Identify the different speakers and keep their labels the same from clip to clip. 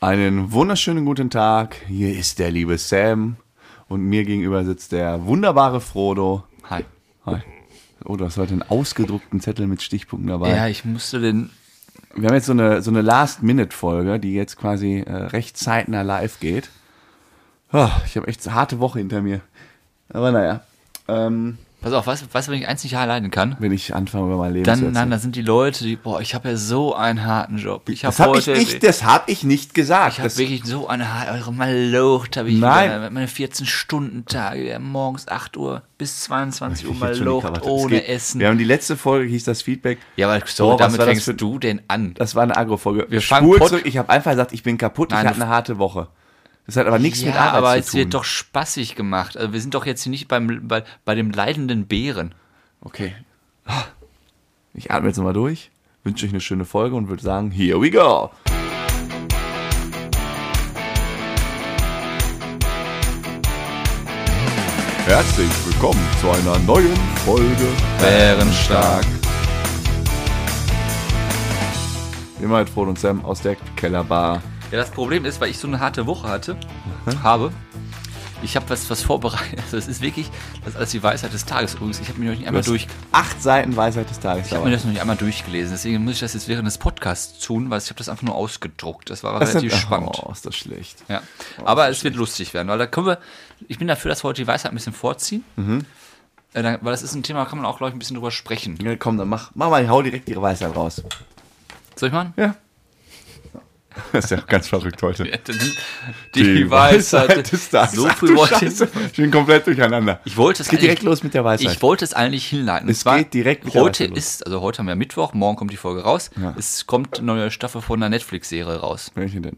Speaker 1: Einen wunderschönen guten Tag. Hier ist der liebe Sam und mir gegenüber sitzt der wunderbare Frodo. Hi. Hi. Oh, du hast heute einen ausgedruckten Zettel mit Stichpunkten dabei.
Speaker 2: Ja, ich musste den.
Speaker 1: Wir haben jetzt so eine, so eine Last-Minute-Folge, die jetzt quasi äh, recht zeitnah live geht. Ah, ich habe echt eine harte Woche hinter mir. Aber naja, ähm,
Speaker 2: Pass auf, weißt du, weißt, du, wenn ich eins nicht alleine kann?
Speaker 1: wenn ich anfange über mein Leben zu
Speaker 2: Dann,
Speaker 1: erzählen.
Speaker 2: nein, da sind die Leute, die, boah, ich habe ja so einen harten Job. Ich habe
Speaker 1: das habe ich
Speaker 2: heute.
Speaker 1: nicht, das habe ich nicht gesagt.
Speaker 2: ich habe
Speaker 1: das,
Speaker 2: wirklich so eine harte Malocht, habe ich
Speaker 1: Nein.
Speaker 2: wieder, meine 14-Stunden-Tage, ja, morgens 8 Uhr bis 22 Uhr
Speaker 1: Ich hätte schon die
Speaker 2: Malocht
Speaker 1: Krawatte. Es
Speaker 2: ohne
Speaker 1: geht-
Speaker 2: Essen.
Speaker 1: Wir haben die letzte Folge, hieß das Feedback.
Speaker 2: Ja, aber
Speaker 1: Boah,
Speaker 2: so,
Speaker 1: was
Speaker 2: damit
Speaker 1: war das
Speaker 2: fängst
Speaker 1: für-
Speaker 2: du denn an.
Speaker 1: Das war eine Agro-Folge.
Speaker 2: Wir fangen
Speaker 1: Spul
Speaker 2: Pod-
Speaker 1: zurück. Ich habe einfach gesagt, ich bin kaputt,
Speaker 2: Nein,
Speaker 1: ich hatte
Speaker 2: du-
Speaker 1: eine harte Woche. Das hat aber nichts
Speaker 2: ja,
Speaker 1: mit Arbeit
Speaker 2: aber
Speaker 1: zu
Speaker 2: es
Speaker 1: tun.
Speaker 2: wird doch spaßig gemacht. Also wir sind doch jetzt hier nicht beim, bei, bei dem leidenden Bären.
Speaker 1: okay. Ich atme jetzt nochmal durch, wünsche euch eine schöne Folge und würde sagen, here we go. Herzlich willkommen zu einer neuen Folge
Speaker 2: Bärenstark.
Speaker 1: Immer mit Frodo und Sam aus der Kellerbar.
Speaker 2: Ja, das Problem ist, weil ich so eine harte Woche hatte, habe, ich habe was, was vorbereitet. Also es ist wirklich, das ist alles die Weisheit des Tages übrigens. Ich habe mir noch nicht einmal
Speaker 1: Du hast
Speaker 2: durch,
Speaker 1: Acht Seiten Weisheit des Tages.
Speaker 2: ich habe mir das noch nicht einmal durchgelesen. Deswegen muss ich das jetzt während des Podcasts tun, weil ich habe das einfach nur ausgedruckt. Das war relativ
Speaker 1: sind-
Speaker 2: spannend.
Speaker 1: Oh, ist das schlecht.
Speaker 2: Ja. Aber es wird lustig werden, weil da können wir, ich bin dafür, dass wir heute die Weisheit ein bisschen vorziehen.
Speaker 1: Mhm.
Speaker 2: Äh, dann- Weil das ist ein Thema, da kann man auch, glaube ich, ein bisschen drüber sprechen.
Speaker 1: Ja, komm, dann mach, mach mal, hau direkt ihre Weisheit raus.
Speaker 2: Soll ich machen?
Speaker 1: Ja. Das ist ja ganz verrückt heute.
Speaker 2: Die, Weisheit
Speaker 1: des Tages.
Speaker 2: So
Speaker 1: Ach,
Speaker 2: viel
Speaker 1: du
Speaker 2: wollte
Speaker 1: Scheiße. Ich bin komplett durcheinander.
Speaker 2: Ich wollte es
Speaker 1: Es geht
Speaker 2: eigentlich-
Speaker 1: direkt los mit der Weisheit.
Speaker 2: Ich wollte es eigentlich hinleiten. Und
Speaker 1: Es geht direkt mit der
Speaker 2: Heute
Speaker 1: Weisheit los.
Speaker 2: ist, also heute haben wir Mittwoch, morgen kommt die Folge raus.
Speaker 1: Ja.
Speaker 2: Es kommt eine neue Staffel von einer Netflix-Serie raus.
Speaker 1: Welche denn?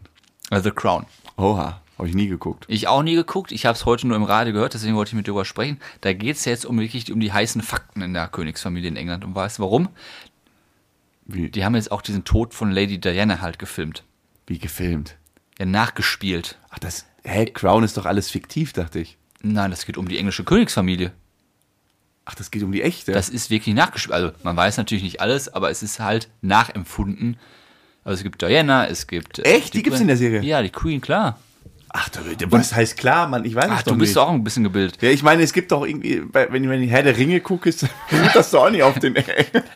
Speaker 2: Äh, The Crown.
Speaker 1: Oha, habe ich nie geguckt.
Speaker 2: Ich auch nie geguckt, ich habe es heute nur im Radio gehört, deswegen wollte ich mit dir darüber sprechen. Da geht es ja jetzt um wirklich um die heißen Fakten in der Königsfamilie in England. Und weißt du warum?
Speaker 1: Wie,
Speaker 2: Die haben jetzt auch diesen Tod von Lady Diana halt gefilmt.
Speaker 1: wie gefilmt.
Speaker 2: Ja, nachgespielt.
Speaker 1: Ach, das. Hä, Crown ist doch alles fiktiv, dachte ich.
Speaker 2: Nein, das geht um die englische Königsfamilie.
Speaker 1: Ach, das geht um die echte.
Speaker 2: Das ist wirklich nachgespielt. Also man weiß natürlich nicht alles, aber es ist halt nachempfunden. Also es gibt Diana, es gibt. äh,
Speaker 1: Echt? Die gibt's
Speaker 2: Queen.
Speaker 1: in der Serie?
Speaker 2: Ja, die Queen, klar.
Speaker 1: Ach, du, was heißt klar, Mann? Ich weiß es
Speaker 2: Ach,
Speaker 1: doch
Speaker 2: Ah, du bist
Speaker 1: nicht.
Speaker 2: doch auch ein bisschen gebildet.
Speaker 1: Ja, ich meine, es gibt doch irgendwie, bei- wenn ich wenn ich Herr der Ringe gucke, ist, beruht das doch auch nicht auf den.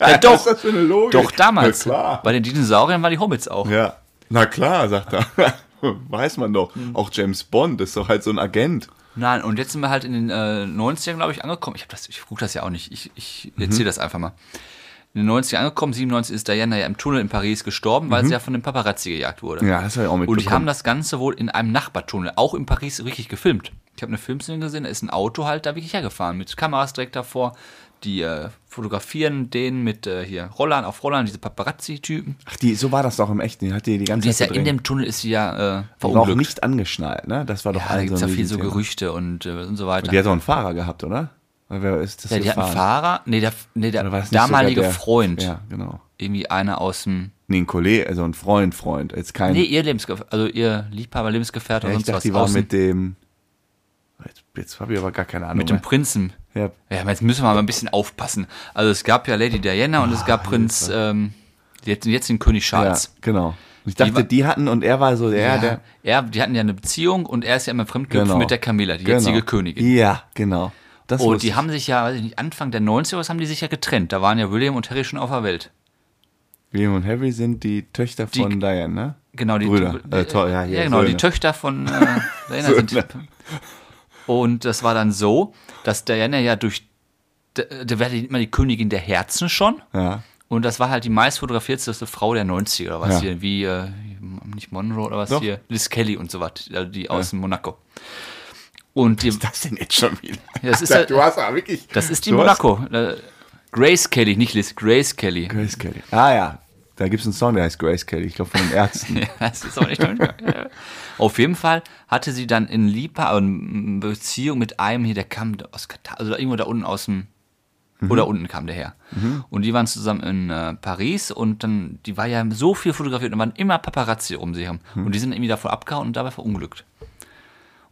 Speaker 2: Ja, doch.
Speaker 1: Was ist das für eine Logik?
Speaker 2: Doch damals.
Speaker 1: Na Oh, klar.
Speaker 2: Bei den Dinosauriern waren die Hobbits auch.
Speaker 1: Ja. Na klar, sagt er. Weiß man doch. Auch James Bond ist doch halt so ein Agent.
Speaker 2: Nein, und jetzt sind wir halt in den äh, 90ern, glaube ich, angekommen. Ich, hab das- ich gucke das ja auch nicht. Ich, ich
Speaker 1: Mhm.
Speaker 2: erzähle das einfach mal. In den 90ern angekommen, 97 ist Diana ja im Tunnel in Paris gestorben, weil sie ja von dem Paparazzi gejagt wurde.
Speaker 1: Mhm. Ja, das habe ich auch
Speaker 2: Und die haben
Speaker 1: mitbekommen.
Speaker 2: das Ganze wohl in einem Nachbartunnel, auch in Paris, richtig gefilmt. Ich habe eine Filmszene gesehen, da ist ein Auto halt da wirklich hergefahren, mit Kameras direkt davor. Die äh, fotografieren den mit äh, hier Rollern auf Rollern, diese Paparazzi-Typen.
Speaker 1: Ach, die, so war das doch im Echten. Die hat die die ganze
Speaker 2: Die ist ja
Speaker 1: Zeit
Speaker 2: in
Speaker 1: verdrängt.
Speaker 2: dem Tunnel, ist sie ja äh,
Speaker 1: Die war auch
Speaker 2: verunglückt.
Speaker 1: nicht angeschnallt, ne? Das war doch
Speaker 2: Ja,
Speaker 1: ein
Speaker 2: da gibt es
Speaker 1: ein
Speaker 2: ja viel so
Speaker 1: Riesenthema.
Speaker 2: Gerüchte und, äh, und so weiter.
Speaker 1: Die hat doch einen Fahrer gehabt, oder? Oder Wer ist das
Speaker 2: ja, die hat einen
Speaker 1: gefahren?
Speaker 2: Fahrer, nee, der, nee, der
Speaker 1: Oder war es nicht
Speaker 2: damalige
Speaker 1: sogar der-
Speaker 2: Freund.
Speaker 1: Ja, genau.
Speaker 2: Irgendwie einer aus dem.
Speaker 1: Nee, ein Kollege, also ein Freund, Freund. Jetzt kein.
Speaker 2: Nee, ihr Lebensgefährte, also ihr Liebhaber, Lebensgefährte
Speaker 1: ja,
Speaker 2: oder
Speaker 1: ich
Speaker 2: sonst
Speaker 1: dachte,
Speaker 2: was.
Speaker 1: die war
Speaker 2: außen.
Speaker 1: mit dem. Jetzt, jetzt habe ich aber gar keine Ahnung.
Speaker 2: mit dem
Speaker 1: mehr.
Speaker 2: Prinzen.
Speaker 1: Ja,
Speaker 2: Ja, aber jetzt müssen wir mal ein bisschen aufpassen. Also es gab ja Lady Diana und es gab Prinz, ähm, jetzt, jetzt den König
Speaker 1: Ah, ja,
Speaker 2: Charles.
Speaker 1: genau. Und ich dachte, die,
Speaker 2: war-
Speaker 1: hatten und er war so der,
Speaker 2: Ja,
Speaker 1: der.
Speaker 2: er, die hatten ja eine Beziehung und er ist ja immer fremdgekippt
Speaker 1: Genau.
Speaker 2: mit der Camilla, die
Speaker 1: Genau.
Speaker 2: jetzige Königin.
Speaker 1: Ja, genau. Das
Speaker 2: Und
Speaker 1: wusste
Speaker 2: Oh, die
Speaker 1: ich.
Speaker 2: haben sich ja, weiß ich nicht, Anfang der 90er, was haben die sich ja getrennt? Da waren ja William und Harry schon auf der Welt.
Speaker 1: William und Harry sind die Töchter von Diane, ne?
Speaker 2: Genau, die
Speaker 1: Brüder.
Speaker 2: die-
Speaker 1: Äh, to- ja,
Speaker 2: ja,
Speaker 1: hier,
Speaker 2: genau, die
Speaker 1: Söhne.
Speaker 2: Töchter von äh, Diana sind. Und das war dann so, dass Diana ja durch, da da war die immer die Königin der Herzen schon.
Speaker 1: Ja.
Speaker 2: Und das war halt die meistfotografierteste Frau der 90er oder was
Speaker 1: Ja.
Speaker 2: hier, wie, äh, nicht Monroe oder was
Speaker 1: Doch.
Speaker 2: hier, Liz Kelly und so was, also die aus dem Monaco. Und die,
Speaker 1: Das denn jetzt schon wieder?
Speaker 2: Ja, das ist
Speaker 1: Alter,
Speaker 2: halt-
Speaker 1: du hast ja wirklich.
Speaker 2: das ist die
Speaker 1: du hast-
Speaker 2: Monaco. Äh, Grace Kelly, nicht Liz, Grace Kelly.
Speaker 1: Grace Kelly. Ah ja. Da gibt es einen Song, der heißt Grace Kelly. Ich glaube von den Ärzten.
Speaker 2: Ja, das ist auch nicht Auf jeden Fall hatte sie dann in Lipa eine Beziehung mit einem hier, der kam aus Katar, also irgendwo da unten aus dem.
Speaker 1: Mhm.
Speaker 2: Oder unten kam der her. Und die waren zusammen in äh, Paris und dann, die war ja so viel fotografiert und waren immer Paparazzi um sie herum.
Speaker 1: Mhm.
Speaker 2: Und die sind irgendwie davor abgehauen und dabei verunglückt.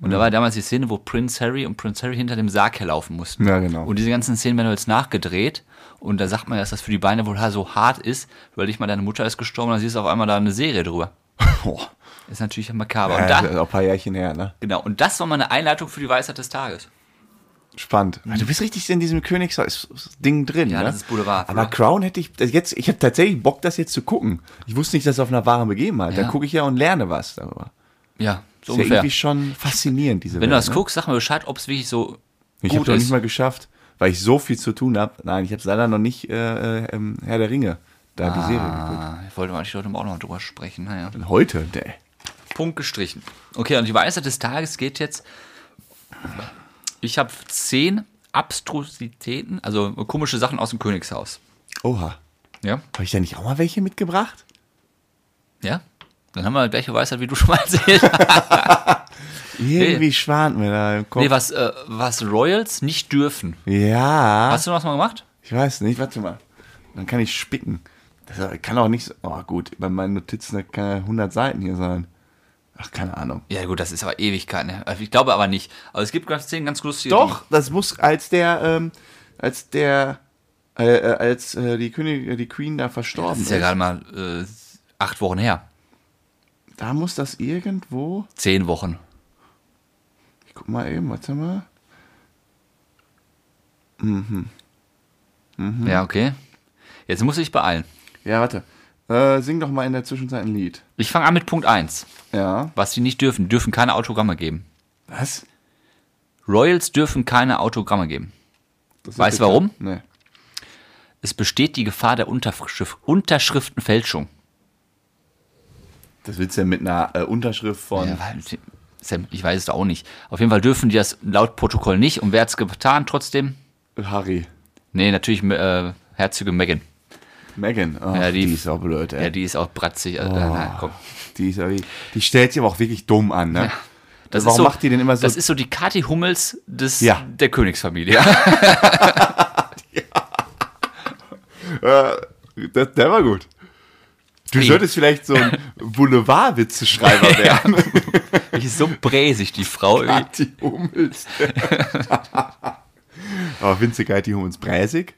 Speaker 2: Und
Speaker 1: Mhm.
Speaker 2: da war damals die Szene, wo Prince Harry und Prince Harry hinter dem Sarg herlaufen mussten.
Speaker 1: Ja, genau.
Speaker 2: Und diese ganzen Szenen werden jetzt nachgedreht. Und da sagt man, dass das für die Beine wohl so hart ist, weil ich mal, deine Mutter ist gestorben und dann siehst du auf einmal da eine Serie drüber.
Speaker 1: Boah.
Speaker 2: Ist natürlich makaber.
Speaker 1: Ja,
Speaker 2: Und
Speaker 1: das ist
Speaker 2: da,
Speaker 1: auch ein paar Jährchen her, ne?
Speaker 2: genau, und das war meine Einleitung für die Weisheit des Tages.
Speaker 1: Spannend. Du bist richtig in diesem Königshaus-Ding drin.
Speaker 2: Ja,
Speaker 1: ne?
Speaker 2: das ist Boulevard,
Speaker 1: Aber
Speaker 2: ne?
Speaker 1: Crown hätte ich das jetzt, ich habe tatsächlich Bock, das jetzt zu gucken. Ich wusste nicht, dass es auf einer wahren Begebenheit.
Speaker 2: Ja.
Speaker 1: Dann gucke ich ja und lerne was darüber.
Speaker 2: Ja, so
Speaker 1: ist ja
Speaker 2: ungefähr.
Speaker 1: irgendwie schon faszinierend, diese
Speaker 2: Wenn du
Speaker 1: Welt.
Speaker 2: das guckst, sag mal Bescheid, ob es wirklich so
Speaker 1: Ich habe
Speaker 2: gut
Speaker 1: doch
Speaker 2: ist.
Speaker 1: nicht mal geschafft, weil ich so viel zu tun habe. Nein, ich habe leider noch nicht äh, ähm, Herr der Ringe, da die Serie geguckt.
Speaker 2: ah, ich wollte eigentlich heute auch noch drüber sprechen. Naja.
Speaker 1: Und heute, ne.
Speaker 2: Punkt gestrichen. Okay, und die Weisheit des Tages geht jetzt. Ich habe zehn Abstrusitäten, also komische Sachen aus dem Königshaus.
Speaker 1: Oha.
Speaker 2: Ja?
Speaker 1: Habe ich da nicht auch mal welche mitgebracht?
Speaker 2: Ja? Dann haben wir halt welche Weisheit, wie du schon mal erzählt hast.
Speaker 1: Irgendwie schwant mir da im Kopf.
Speaker 2: Nee, was, äh, was Royals nicht dürfen.
Speaker 1: ja.
Speaker 2: Hast du das mal gemacht?
Speaker 1: Ich weiß nicht, warte mal. Dann kann ich spicken. Das kann auch nicht so. Oh, gut, bei meinen Notizen da kann ja 100 Seiten hier sein. Ach, keine Ahnung.
Speaker 2: Ja, gut, das ist aber Ewigkeit, ne? Also Ich glaube aber nicht. Aber es gibt ganz zehn ganz lustige
Speaker 1: Doch, das muss, als der, ähm, als der, äh, äh, als äh, die König, äh, die Queen da
Speaker 2: Dinge. Das
Speaker 1: verstorben
Speaker 2: ist
Speaker 1: ist,
Speaker 2: ja gerade mal äh, acht Wochen her.
Speaker 1: da muss das irgendwo.
Speaker 2: Zehn Wochen.
Speaker 1: Ich guck mal eben, warte mal. Mhm.
Speaker 2: Ja, okay. Jetzt muss ich beeilen.
Speaker 1: Ja, warte. Äh, sing doch mal in der Zwischenzeit ein Lied.
Speaker 2: Ich fange an mit Punkt 1.
Speaker 1: Ja.
Speaker 2: Was sie nicht dürfen, dürfen keine Autogramme geben.
Speaker 1: Was?
Speaker 2: Royals dürfen keine Autogramme geben.
Speaker 1: Das
Speaker 2: Weißt
Speaker 1: du
Speaker 2: du warum?
Speaker 1: Nee.
Speaker 2: Es besteht die Gefahr der Unterschrif- Unterschriftenfälschung.
Speaker 1: Das willst du ja mit einer äh, Unterschrift von.
Speaker 2: Ja, weil- Sam, ich weiß es auch nicht. Auf jeden Fall dürfen die das laut Protokoll nicht. Und wer hat's getan trotzdem?
Speaker 1: Harry.
Speaker 2: Nee, natürlich äh, Herzöge Megan.
Speaker 1: Megan. Ach,
Speaker 2: Ja,
Speaker 1: die,
Speaker 2: die-
Speaker 1: ist auch blöd, ey.
Speaker 2: Ja, die ist auch bratzig.
Speaker 1: Oh.
Speaker 2: Also, äh, nein, komm.
Speaker 1: Die, ist irgendwie, die stellt sich aber auch wirklich dumm an, ne?
Speaker 2: Das
Speaker 1: Warum
Speaker 2: ist so,
Speaker 1: macht die denn immer so?
Speaker 2: Das ist so die Kathi Hummels des,
Speaker 1: Ja.
Speaker 2: der Königsfamilie.
Speaker 1: äh, das, der war gut. Du
Speaker 2: Wie?
Speaker 1: solltest vielleicht so ein Boulevardwitzeschreiber werden.
Speaker 2: Die ist so bräsig, die Frau. irgendwie.
Speaker 1: Kathi Hummels. Aber winzig Kathi Hummels Bräsig.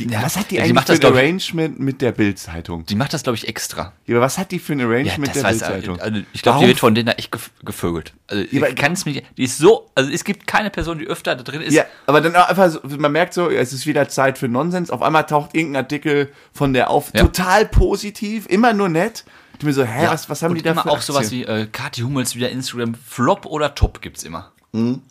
Speaker 1: Die,
Speaker 2: Ja,
Speaker 1: was hat die
Speaker 2: die
Speaker 1: eigentlich
Speaker 2: macht
Speaker 1: für
Speaker 2: das,
Speaker 1: ein
Speaker 2: glaub ich-
Speaker 1: Arrangement mit der Bild-Zeitung?
Speaker 2: Die macht das, glaube ich, extra.
Speaker 1: Ja, aber was hat die für ein Arrangement
Speaker 2: Ja,
Speaker 1: mit
Speaker 2: das
Speaker 1: der
Speaker 2: weiß
Speaker 1: Bild-Zeitung?
Speaker 2: also ich glaube, die
Speaker 1: Warum-
Speaker 2: wird von denen da echt gef- gevögelt. Also
Speaker 1: aber-
Speaker 2: ich kann es mir, die ist so, also es gibt keine Person, die öfter da drin ist.
Speaker 1: Ja, aber dann auch einfach, so, man merkt so, es ist wieder Zeit für Nonsens. Auf einmal taucht irgendein Artikel von der auf,
Speaker 2: Ja.
Speaker 1: total positiv, immer nur nett. Ich mir so, hä, was, was haben
Speaker 2: und
Speaker 1: die da
Speaker 2: immer
Speaker 1: für
Speaker 2: auch sowas
Speaker 1: Aktien?
Speaker 2: wie äh, Kathi Hummels wieder Instagram Flop oder Top gibt's immer.
Speaker 1: Hm.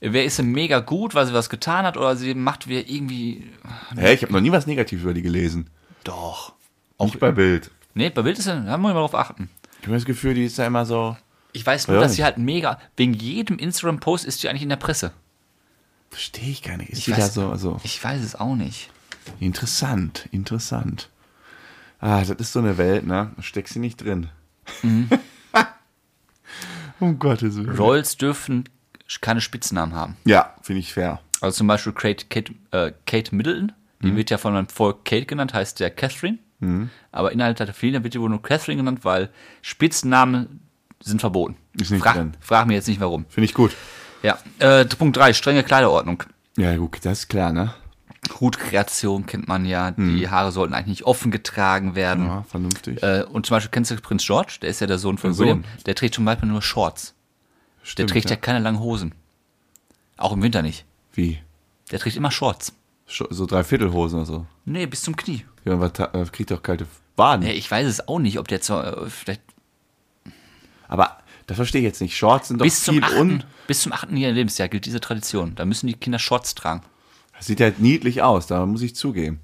Speaker 2: Wer ist denn mega gut, weil sie was getan hat oder sie macht wieder irgendwie
Speaker 1: Hä, ich habe noch nie was Negatives über die gelesen.
Speaker 2: doch.
Speaker 1: Auch nicht bei Bild.
Speaker 2: Nee, bei Bild ist ja- da muss man mal drauf achten.
Speaker 1: Ich habe das Gefühl, die ist da immer so,
Speaker 2: Ich weiß nur,
Speaker 1: Ja.
Speaker 2: dass sie halt mega wegen jedem Instagram Post ist sie eigentlich in der Presse.
Speaker 1: verstehe ich gar nicht. Ist
Speaker 2: Ich
Speaker 1: die da
Speaker 2: weiß,
Speaker 1: so, also- so
Speaker 2: ich weiß es auch nicht.
Speaker 1: interessant, interessant. Ah, das ist so eine Welt, ne? Da Steckst sie nicht drin.
Speaker 2: Mhm.
Speaker 1: um Gottes Willen.
Speaker 2: Royals dürfen keine Spitznamen haben.
Speaker 1: Ja, finde ich fair.
Speaker 2: Also zum Beispiel Kate, Kate, äh, Kate Middleton,
Speaker 1: Mhm.
Speaker 2: die wird ja von einem Volk Kate genannt, heißt der Catherine. Aber innerhalb der Familie wird die wohl nur Catherine genannt, weil Spitznamen sind verboten.
Speaker 1: Ist nicht
Speaker 2: frag,
Speaker 1: drin.
Speaker 2: frag mir jetzt nicht warum.
Speaker 1: Finde ich gut.
Speaker 2: Ja. Äh, Punkt 3, strenge Kleiderordnung.
Speaker 1: Ja, gut, das ist klar, ne?
Speaker 2: Hutkreation kennt man ja, die Haare sollten eigentlich nicht offen getragen werden.
Speaker 1: Mhm. Ja, vernünftig.
Speaker 2: Äh, und zum Beispiel kennst du Prinz George, der ist ja der Sohn von
Speaker 1: Der Sohn.
Speaker 2: William, der trägt zum Beispiel nur Shorts. Der
Speaker 1: Stimmt,
Speaker 2: trägt ja keine langen Hosen. Auch im Winter nicht.
Speaker 1: Wie?
Speaker 2: Der trägt immer Shorts.
Speaker 1: Sch- So Dreiviertelhosen oder so.
Speaker 2: Nee, bis zum Knie.
Speaker 1: Ja, aber ta- äh, kriegt doch kalte Baden.
Speaker 2: Ja, ich weiß es auch nicht, ob der zwar, äh, vielleicht
Speaker 1: Aber das verstehe ich jetzt nicht. Shorts sind doch
Speaker 2: bis zum,
Speaker 1: viel
Speaker 2: 8.,
Speaker 1: und.
Speaker 2: bis zum 8. Lebensjahr gilt diese Tradition. Da müssen die Kinder Shorts tragen.
Speaker 1: Das sieht halt niedlich aus, da muss ich zugeben.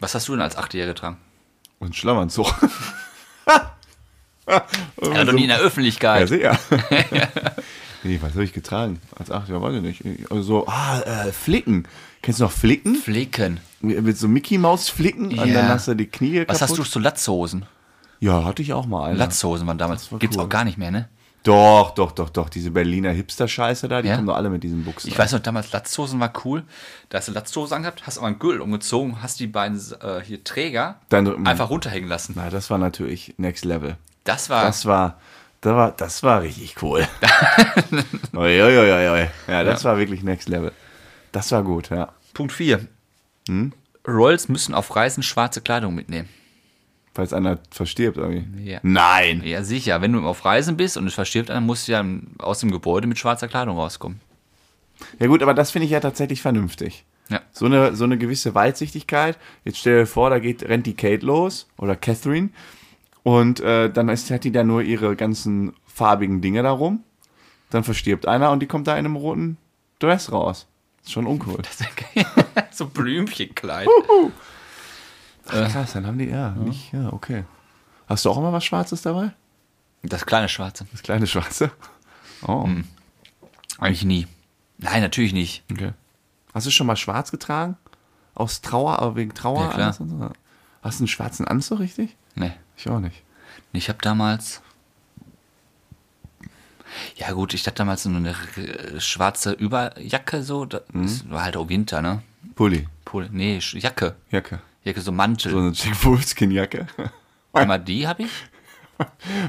Speaker 2: Was hast du denn als 8-Jähriger getragen?
Speaker 1: Und Schlammanzug.
Speaker 2: Ja, doch nie in
Speaker 1: Also-
Speaker 2: der
Speaker 1: Ja,
Speaker 2: Öffentlichkeit.
Speaker 1: sicher. nee, was habe ich getragen? Als acht, ja, weiß ich nicht. Also so, ah, äh, Flicken. Kennst du noch Flicken?
Speaker 2: Flicken.
Speaker 1: Mit so Mickey Maus Flicken und
Speaker 2: Ja.
Speaker 1: dann hast du die Knie kaputt.
Speaker 2: Was hast du zu Latzhosen?
Speaker 1: Ja, hatte ich auch mal eine.
Speaker 2: Latzhosen waren damals.
Speaker 1: war
Speaker 2: Gibt's
Speaker 1: cool.
Speaker 2: auch gar nicht mehr, ne?
Speaker 1: Doch, doch, doch, doch. Diese Berliner Hipster-Scheiße da, die
Speaker 2: Ja?
Speaker 1: kommen doch alle mit diesen Buchsen.
Speaker 2: Ich weiß noch, damals Latzhosen war cool. Da hast du Latzhose angehabt, hast aber einen Gürtel umgezogen, hast die beiden äh, hier Träger
Speaker 1: Dann-
Speaker 2: einfach runterhängen lassen.
Speaker 1: Na, das war natürlich Next Level.
Speaker 2: Das war.
Speaker 1: Das war, das war, das war richtig cool. oi, oi, oi, oi. Ja, das war wirklich Next Level. Das war gut, ja. Hm?
Speaker 2: Punkt 4. Rolls müssen auf Reisen schwarze Kleidung mitnehmen.
Speaker 1: Falls einer verstirbt irgendwie.
Speaker 2: Ja.
Speaker 1: Nein.
Speaker 2: Ja, sicher. Wenn du auf Reisen bist und es verstirbt einer, musst du ja aus dem Gebäude mit schwarzer Kleidung rauskommen.
Speaker 1: Ja gut, aber das finde ich ja tatsächlich vernünftig.
Speaker 2: Ja.
Speaker 1: So eine, so eine gewisse Weitsichtigkeit. Jetzt stell dir vor, da geht, rennt die Kate los oder Catherine und äh, dann ist, hat die da nur ihre ganzen farbigen Dinge da rum. Dann verstirbt einer und die kommt da in einem roten Dress raus. Ist schon uncool.
Speaker 2: so Blümchenkleid.
Speaker 1: Ach, krass, dann haben die, ja, nicht, ja, okay. Hast du auch immer was Schwarzes dabei?
Speaker 2: Das kleine Schwarze.
Speaker 1: Das kleine Schwarze? Oh,
Speaker 2: Eigentlich nie. Nein, natürlich nicht.
Speaker 1: okay. Hast du schon mal schwarz getragen? Aus Trauer, aber wegen Trauer?
Speaker 2: Ja, klar.
Speaker 1: alles und so? Hast du einen schwarzen Anzug, richtig?
Speaker 2: Nee.
Speaker 1: Ich auch nicht.
Speaker 2: Ich habe damals. Ja, gut, ich hatte damals so eine äh, schwarze Überjacke, so. Das war halt auch Winter, ne?
Speaker 1: Pulli,
Speaker 2: Pol nee, Sch- Jacke.
Speaker 1: Jacke.
Speaker 2: Jacke, so Mantel.
Speaker 1: So eine Jack Wolfskin-Jacke.
Speaker 2: Immer die habe ich.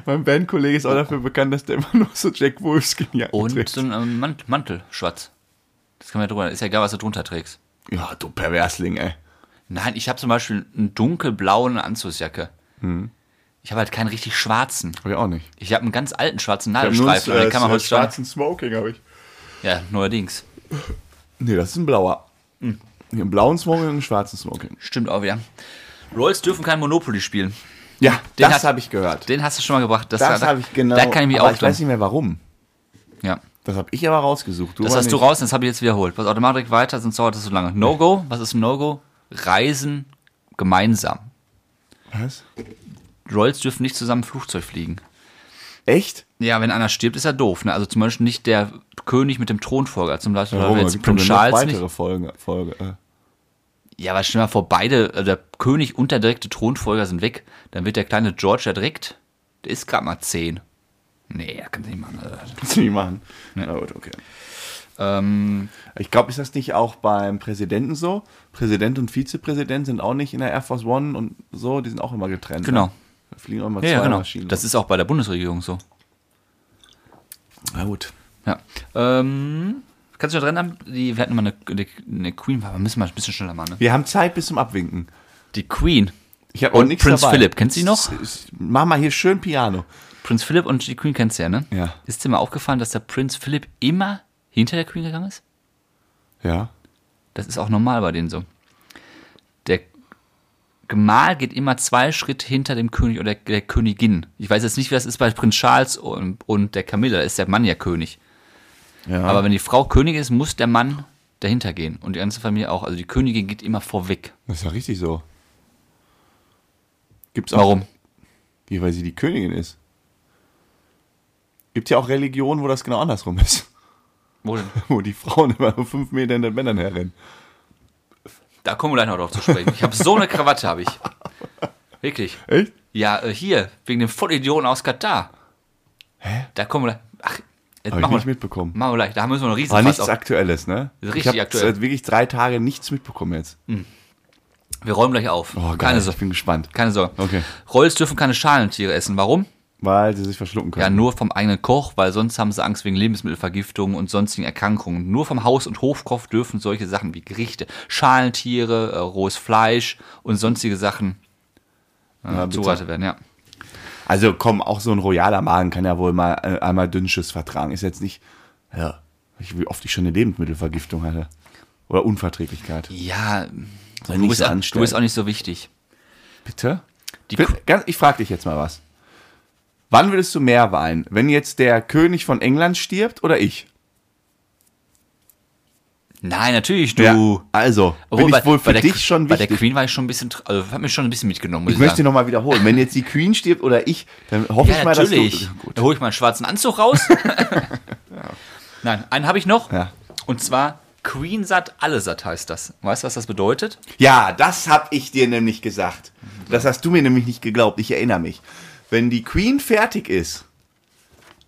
Speaker 1: Mein Bandkollege ist auch dafür bekannt, dass der immer nur so Jack Wolfskin-Jacken
Speaker 2: Und
Speaker 1: trägt.
Speaker 2: so ein ähm, Man Mantel, schwarz. Das kann man ja drüber. Ist ja egal, was du drunter trägst.
Speaker 1: Ja, du Perversling, ey.
Speaker 2: Nein, ich habe zum Beispiel einen dunkelblauen Anzugsjacke.
Speaker 1: Hm.
Speaker 2: Ich habe halt keinen richtig schwarzen.
Speaker 1: Hab ich auch nicht.
Speaker 2: Ich habe einen ganz alten schwarzen
Speaker 1: Ich hab nur
Speaker 2: Nadelstreifen.
Speaker 1: einen,
Speaker 2: aber den Also kann man
Speaker 1: äh,
Speaker 2: heute
Speaker 1: schwarzen Smoking, habe ich.
Speaker 2: Ja, neuerdings.
Speaker 1: Nee, das ist ein blauer.
Speaker 2: Hm.
Speaker 1: Ich hab Einen blauen Smoking und einen schwarzen Smoking.
Speaker 2: Stimmt auch wieder. Rolls dürfen kein Monopoly spielen.
Speaker 1: Ja,
Speaker 2: Den
Speaker 1: das
Speaker 2: hat-
Speaker 1: habe ich gehört.
Speaker 2: Den hast du schon mal gebracht. Das,
Speaker 1: Das
Speaker 2: da-
Speaker 1: habe ich genau.
Speaker 2: Da kann ich mich
Speaker 1: aber
Speaker 2: auch
Speaker 1: Ich weiß
Speaker 2: dran.
Speaker 1: nicht mehr warum.
Speaker 2: Ja.
Speaker 1: Das habe ich aber rausgesucht.
Speaker 2: Das
Speaker 1: aber
Speaker 2: hast du
Speaker 1: nicht.
Speaker 2: raus, das habe ich jetzt wiederholt. Pass automatisch weiter, sonst dauert das so lange. No-Go, was ist ein No-Go? Reisen gemeinsam.
Speaker 1: Was?
Speaker 2: Rolls dürfen nicht zusammen Flugzeug fliegen.
Speaker 1: Echt?
Speaker 2: Ja, wenn einer stirbt, ist er doof. Ne? Also zum Beispiel nicht der König mit dem Thronfolger. Zum Beispiel
Speaker 1: Warum?
Speaker 2: jetzt
Speaker 1: Gibt doch
Speaker 2: Prinz
Speaker 1: noch
Speaker 2: Charles
Speaker 1: weitere
Speaker 2: nicht.
Speaker 1: Folge. Folge. äh.
Speaker 2: Ja, aber stell dir mal vor, beide, also der König und der direkte Thronfolger sind weg. Dann wird der kleine George erdrickt. Der ist gerade mal zehn. Nee, er kann nicht machen.
Speaker 1: Kannst du nicht machen. Na gut, okay.
Speaker 2: Ähm,
Speaker 1: Ich glaube, ist das nicht auch beim Präsidenten so? Präsident und Vizepräsident sind auch nicht in der Air Force One und so, die sind auch immer getrennt. ne?
Speaker 2: Genau.
Speaker 1: Da fliegen auch immer
Speaker 2: ja,
Speaker 1: zwei
Speaker 2: ja, genau.
Speaker 1: Maschinen.
Speaker 2: Das ist auch bei der Bundesregierung so.
Speaker 1: Na gut.
Speaker 2: Ja. Ähm, kannst du dich noch dran haben? Die, wir hatten mal eine, eine Queen, aber müssen wir ein bisschen schneller machen. Ne?
Speaker 1: Wir haben Zeit bis zum Abwinken.
Speaker 2: Die Queen.
Speaker 1: Ich habe
Speaker 2: Und Prinz Philipp, kennst du ihn noch?
Speaker 1: S- s- Mach mal hier schön Piano.
Speaker 2: Prinz Philipp und die Queen kennst du ja, ne?
Speaker 1: Ja.
Speaker 2: Ist dir mal aufgefallen, dass der Prinz Philipp immer hinter der Queen gegangen ist?
Speaker 1: Ja.
Speaker 2: Das ist auch normal bei denen so. Der Gemahl geht immer zwei Schritt hinter dem König oder der Königin. Ich weiß jetzt nicht, wie das ist bei Prinz Charles und, und der Camilla. Da ist der Mann ja König.
Speaker 1: ja.
Speaker 2: Aber wenn die Frau König ist, muss der Mann dahinter gehen. Und die ganze Familie auch. Also die Königin geht immer vorweg.
Speaker 1: das ist ja richtig so. Gibt's auch
Speaker 2: Warum?
Speaker 1: Ja, weil sie die Königin ist. Gibt ja auch Religionen, wo das genau andersrum ist.
Speaker 2: Wo denn?
Speaker 1: Wo die Frauen immer nur fünf Meter hinter den Männern herrennen.
Speaker 2: Da kommen wir gleich noch drauf zu sprechen. Ich habe so eine Krawatte, habe ich. Wirklich.
Speaker 1: Echt?
Speaker 2: Ja, äh, hier, wegen dem Vollidioten aus Katar. Hä? Da kommen wir gleich. Ach, jetzt
Speaker 1: Habe ich
Speaker 2: machen
Speaker 1: nicht
Speaker 2: wir,
Speaker 1: mitbekommen.
Speaker 2: machen wir gleich. Da müssen wir noch riesen
Speaker 1: War
Speaker 2: Fass
Speaker 1: nichts
Speaker 2: auf-
Speaker 1: Aktuelles, ne?
Speaker 2: Richtig
Speaker 1: ich hab
Speaker 2: aktuell.
Speaker 1: seit wirklich drei Tage nichts mitbekommen jetzt.
Speaker 2: Wir räumen gleich auf.
Speaker 1: Oh, geil.
Speaker 2: Keine
Speaker 1: ich bin
Speaker 2: Sorge.
Speaker 1: gespannt.
Speaker 2: Keine Sorge.
Speaker 1: Okay.
Speaker 2: Rolls dürfen keine Schalentiere essen. Warum?
Speaker 1: Weil sie sich verschlucken
Speaker 2: Ja,
Speaker 1: können.
Speaker 2: nur vom eigenen Koch, weil sonst haben sie Angst wegen Lebensmittelvergiftungen und sonstigen Erkrankungen. Nur vom Haus- und Hofkoch dürfen solche Sachen wie Gerichte, Schalentiere, äh, rohes Fleisch und sonstige Sachen äh,
Speaker 1: Ja, bitte.
Speaker 2: zubereitet werden. Ja.
Speaker 1: Also komm, auch so ein royaler Magen kann ja wohl mal äh, einmal Dünnschiss vertragen. Ist jetzt nicht, ja, ich, wie oft ich schon eine Lebensmittelvergiftung hatte. Oder Unverträglichkeit.
Speaker 2: Ja,
Speaker 1: ich
Speaker 2: du
Speaker 1: nicht
Speaker 2: bist,
Speaker 1: so
Speaker 2: auch- du
Speaker 1: anstellen?
Speaker 2: bist auch nicht so wichtig.
Speaker 1: Bitte?
Speaker 2: Die
Speaker 1: Bitte, ganz, ich frage dich jetzt mal was. Wann würdest du mehr weinen? Wenn jetzt der König von England stirbt oder ich?
Speaker 2: Nein, natürlich, du.
Speaker 1: Ja, also, bin
Speaker 2: Obwohl,
Speaker 1: ich wohl für
Speaker 2: der,
Speaker 1: dich schon
Speaker 2: Bei der
Speaker 1: wichtig.
Speaker 2: Queen war ich schon ein bisschen, tr- also hat mich schon ein bisschen mitgenommen. muss
Speaker 1: Ich möchte
Speaker 2: sagen.
Speaker 1: nochmal wiederholen, wenn jetzt die Queen stirbt oder ich, dann hoffe
Speaker 2: ja,
Speaker 1: ich mal,
Speaker 2: natürlich.
Speaker 1: dass du...
Speaker 2: Da hole ich mal einen schwarzen Anzug raus. Nein, einen habe ich noch.
Speaker 1: Ja.
Speaker 2: Und zwar Queen satt, alle satt heißt das. Weißt du, was das bedeutet?
Speaker 1: Ja, das hab ich dir nämlich gesagt. Das hast du mir nämlich nicht geglaubt, ich erinnere mich. Wenn die Queen fertig ist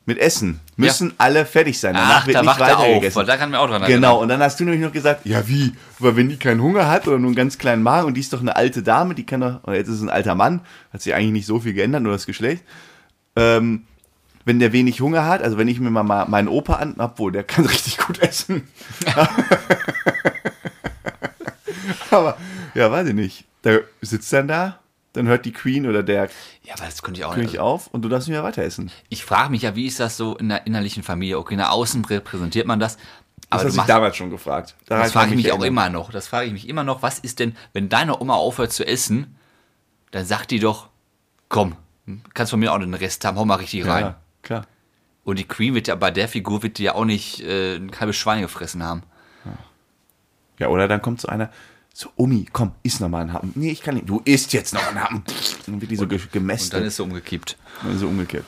Speaker 1: mit Essen, müssen alle fertig sein. Danach wird nicht
Speaker 2: er
Speaker 1: weiter
Speaker 2: auf. weil
Speaker 1: gegessen.
Speaker 2: Da kann mir auch dran
Speaker 1: Genau, und dann hast du nämlich noch gesagt, ja wie, aber wenn die keinen Hunger hat oder nur einen ganz kleinen Magen und die ist doch eine alte Dame, die kann doch, oder jetzt ist es ein alter Mann, hat sich eigentlich nicht so viel geändert, nur das Geschlecht. Ähm, wenn der wenig Hunger hat, also wenn ich mir mal, mal meinen Opa an, obwohl, der kann richtig gut essen. aber, ja, weiß ich nicht. Der sitzt dann da, dann hört die Queen oder der
Speaker 2: Ja, aber das könnte ich auch
Speaker 1: König
Speaker 2: nicht.
Speaker 1: auf und du darfst nicht mehr weiter essen.
Speaker 2: Ich frage mich ja, wie ist das so in der innerlichen Familie? Okay, nach außen repräsentiert man das.
Speaker 1: Das
Speaker 2: Aber du
Speaker 1: hast du
Speaker 2: machst-
Speaker 1: damals schon gefragt. Daran
Speaker 2: Das frage ich mich auch
Speaker 1: erinnern.
Speaker 2: immer noch. Das frage ich mich immer noch. Was ist denn, wenn deine Oma aufhört zu essen, dann sagt die doch, komm, kannst von mir auch den Rest haben, hau mal richtig rein.
Speaker 1: Ja, klar.
Speaker 2: Und die Queen wird ja bei der Figur wird die ja auch nicht äh, ein halbes Schwein gefressen haben.
Speaker 1: Ja, oder dann kommt so einer, so, Omi, komm, iss noch mal einen Happen. Nee, ich kann nicht. Du isst jetzt noch einen Happen. Dann wird die so ge-
Speaker 2: Und dann
Speaker 1: gemästet.
Speaker 2: ist sie umgekippt.
Speaker 1: Dann ist so umgekehrt.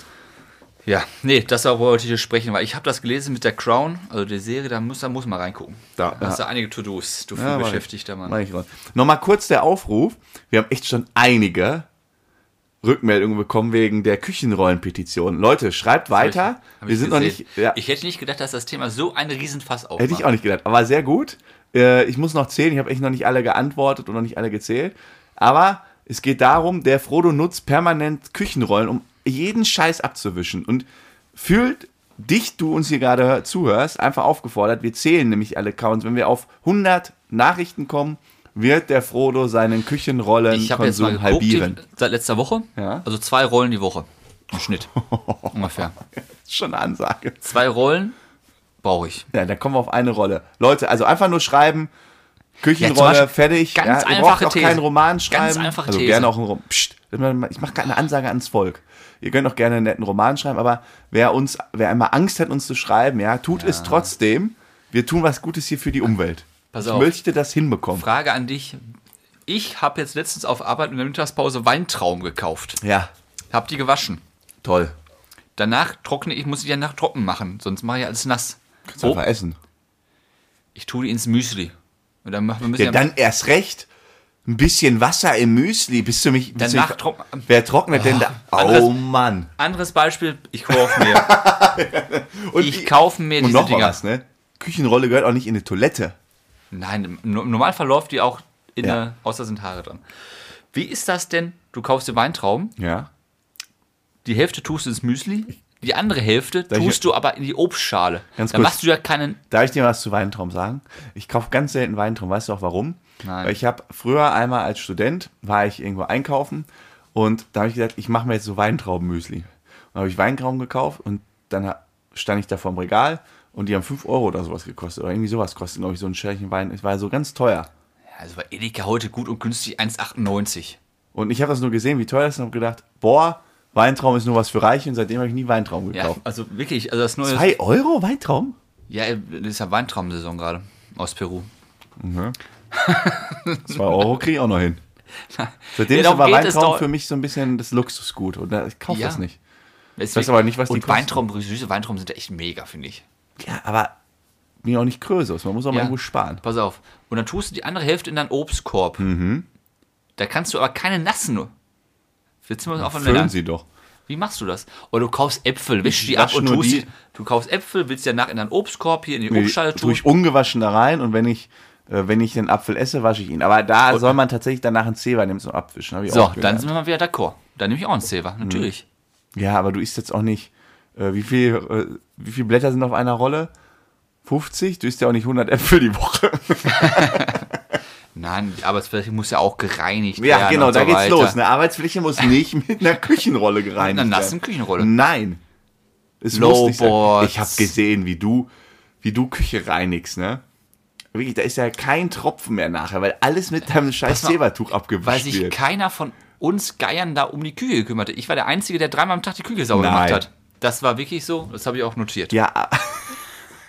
Speaker 2: Ja, nee, das darüber wollte ich hier sprechen, weil ich habe das gelesen mit der Crown, also der Serie, da muss, da muss man reingucken.
Speaker 1: Da,
Speaker 2: hast du einige To-Dos, du viel
Speaker 1: Ja, mach ich.
Speaker 2: beschäftigter Mann.
Speaker 1: Mach ich raus. Nochmal kurz der Aufruf. Wir haben echt schon einige Rückmeldungen bekommen wegen der Küchenrollenpetition. Leute, schreibt weiter.
Speaker 2: Hab
Speaker 1: Wir
Speaker 2: ich
Speaker 1: sind
Speaker 2: gesehen.
Speaker 1: noch nicht. Ja,
Speaker 2: Ich hätte nicht gedacht, dass das Thema so ein Riesenfass aufmacht.
Speaker 1: hätte ich auch nicht gedacht. Aber sehr gut. Äh, Ich muss noch zählen. Ich habe echt noch nicht alle geantwortet und noch nicht alle gezählt. Aber es geht darum, der Frodo nutzt permanent Küchenrollen, um jeden Scheiß abzuwischen. Und fühlt dich, du uns hier gerade zuhörst, einfach aufgefordert. Wir zählen nämlich alle Counts. Wenn wir auf 100 Nachrichten kommen, wird der Frodo seinen
Speaker 2: Ich habe jetzt mal
Speaker 1: Küchenrollenkonsum
Speaker 2: geguckt,
Speaker 1: halbieren.
Speaker 2: die- seit letzter Woche.
Speaker 1: Ja.
Speaker 2: Also zwei Rollen die Woche. Im Schnitt. Ungefähr.
Speaker 1: Schon eine Ansage.
Speaker 2: Zwei Rollen brauche ich.
Speaker 1: Ja, da kommen wir auf eine Rolle. Leute, also einfach nur schreiben.
Speaker 2: Ja, zum
Speaker 1: Küchenrolle,
Speaker 2: Beispiel
Speaker 1: fertig.
Speaker 2: ganz
Speaker 1: ja, ihr
Speaker 2: einfache
Speaker 1: braucht auch
Speaker 2: These.
Speaker 1: keinen Roman schreiben.
Speaker 2: einfache
Speaker 1: also
Speaker 2: These.
Speaker 1: gerne auch einen Roman. Psst, ich mache gerade eine Ansage ans Volk. Ihr könnt auch gerne einen netten Roman schreiben, aber wer uns, wer einmal Angst hat, uns zu schreiben, ja, tut es trotzdem. Wir tun was Gutes hier für die Umwelt.
Speaker 2: Pass
Speaker 1: ich
Speaker 2: auf.
Speaker 1: möchte das hinbekommen.
Speaker 2: Frage an dich. Ich habe jetzt letztens auf Arbeit in der Mittagspause Weintrauben gekauft.
Speaker 1: Ja,
Speaker 2: Hab die gewaschen.
Speaker 1: toll.
Speaker 2: Danach trockne ich, muss ich danach trocken machen, sonst mache ich alles nass.
Speaker 1: Oh.
Speaker 2: Oh,
Speaker 1: Einfach essen.
Speaker 2: ich tue die ins Müsli. Und dann machen wir ein
Speaker 1: Ja,
Speaker 2: bisschen.
Speaker 1: dann erst recht. Ein bisschen Wasser im Müsli. Bist du mich? Bist du
Speaker 2: Danach
Speaker 1: mich-
Speaker 2: trock-
Speaker 1: Wer trocknet denn da?
Speaker 2: Andreas-
Speaker 1: Oh Mann.
Speaker 2: Anderes Beispiel, ich kaufe mir.
Speaker 1: Und
Speaker 2: ich kaufe mir
Speaker 1: Und
Speaker 2: diese
Speaker 1: noch mal
Speaker 2: Dinger.
Speaker 1: was, ne? Küchenrolle gehört auch nicht in eine Toilette.
Speaker 2: Nein, im no- im Normalfall läuft die auch in
Speaker 1: Ja.
Speaker 2: der, außer sind Haare dran. Wie ist das denn? Du kaufst dir Weintrauben,
Speaker 1: Ja.
Speaker 2: die Hälfte tust du ins Müsli, die andere Hälfte
Speaker 1: ich-
Speaker 2: tust du aber in die Obstschale.
Speaker 1: Ganz
Speaker 2: Dann
Speaker 1: kurz.
Speaker 2: machst du ja keinen.
Speaker 1: Darf ich dir was zu Weintraum sagen? Ich kaufe ganz selten Weintraum. Weißt du auch warum?
Speaker 2: Nein.
Speaker 1: Weil ich habe früher einmal als Student war ich irgendwo einkaufen und da habe ich gesagt, ich mache mir jetzt so Weintraubenmüsli. Und dann habe ich Weintrauben gekauft und dann ha- stand ich da vorm Regal und die haben 5 Euro oder sowas gekostet. Oder irgendwie sowas kosten, glaube ich, so ein Schälchen Wein. Es war so ganz teuer.
Speaker 2: Ja, Also bei Edeka heute gut und günstig 1,98.
Speaker 1: Und ich habe das nur gesehen, wie teuer das ist und habe gedacht, boah, Weintraum ist nur was für Reiche und seitdem habe ich nie Weintraum
Speaker 2: Ja,
Speaker 1: gekauft.
Speaker 2: also wirklich, also das neue.
Speaker 1: 2 Euro Weintraum?
Speaker 2: Ja, das ist ja Weintraubensaison gerade aus Peru.
Speaker 1: Zwei Euro kriege ich auch noch hin. Seitdem
Speaker 2: Ja,
Speaker 1: ist
Speaker 2: darum
Speaker 1: aber
Speaker 2: geht es doch.
Speaker 1: Weintrauben für mich so ein bisschen das Luxusgut. Und da- ich kaufe
Speaker 2: Ja.
Speaker 1: das nicht.
Speaker 2: Ich
Speaker 1: weiß aber nicht, was die
Speaker 2: und
Speaker 1: kosten.
Speaker 2: Weintrauben, süße Weintrauben sind ja echt mega, finde ich.
Speaker 1: Ja, aber bin ja auch nicht Krösus. Man muss auch mal
Speaker 2: Ja.
Speaker 1: irgendwo sparen.
Speaker 2: Pass auf. Und dann tust du die andere Hälfte in deinen Obstkorb.
Speaker 1: Mhm.
Speaker 2: Da kannst du aber keine nassen. Jetzt sind wir auf den
Speaker 1: Füllen
Speaker 2: Männern.
Speaker 1: sie doch.
Speaker 2: Wie machst du das? Oder du kaufst Äpfel, wisch die
Speaker 1: Ich
Speaker 2: ab
Speaker 1: wasch
Speaker 2: und
Speaker 1: nur
Speaker 2: tust
Speaker 1: die-
Speaker 2: die. Du kaufst Äpfel, willst die danach in deinen Obstkorb hier in die
Speaker 1: Nee,
Speaker 2: Obstschale
Speaker 1: tue
Speaker 2: tun.
Speaker 1: ich ungewaschen da rein und wenn ich, äh, wenn ich den Apfel esse, wasche ich ihn. Aber da soll man tatsächlich danach einen Zeber nehmen zum Abwischen. hab ich
Speaker 2: So,
Speaker 1: auch Mhm.
Speaker 2: dann
Speaker 1: gelernt.
Speaker 2: sind wir mal wieder d'accord. Dann nehme ich auch einen Silber, natürlich.
Speaker 1: Ja, aber du isst jetzt auch nicht. Äh, wie viel, äh, wie viel Blätter sind auf einer Rolle? 50? Du isst ja auch nicht 100 Äpfel die Woche.
Speaker 2: Nein, die Arbeitsfläche muss ja auch gereinigt werden.
Speaker 1: Ja, genau,
Speaker 2: und
Speaker 1: da
Speaker 2: so
Speaker 1: geht's
Speaker 2: weiter.
Speaker 1: los. Eine Arbeitsfläche muss nicht mit einer Küchenrolle gereinigt
Speaker 2: Mit einer nassen
Speaker 1: werden.
Speaker 2: Küchenrolle.
Speaker 1: Nein. Es
Speaker 2: Lowboards.
Speaker 1: muss nicht sein. Ich habe gesehen, wie du, wie du Küche reinigst, ne? Wirklich, da ist ja kein Tropfen mehr nachher, weil alles mit deinem scheiß
Speaker 2: mal,
Speaker 1: Silbertuch
Speaker 2: Weil
Speaker 1: abgewischt
Speaker 2: sich
Speaker 1: wird.
Speaker 2: keiner von uns Geiern da um die Kühe gekümmert hat. Ich war der Einzige, der dreimal am Tag die Küche sauber
Speaker 1: Nein.
Speaker 2: gemacht hat. Das war wirklich so, das habe ich auch notiert.
Speaker 1: Ja,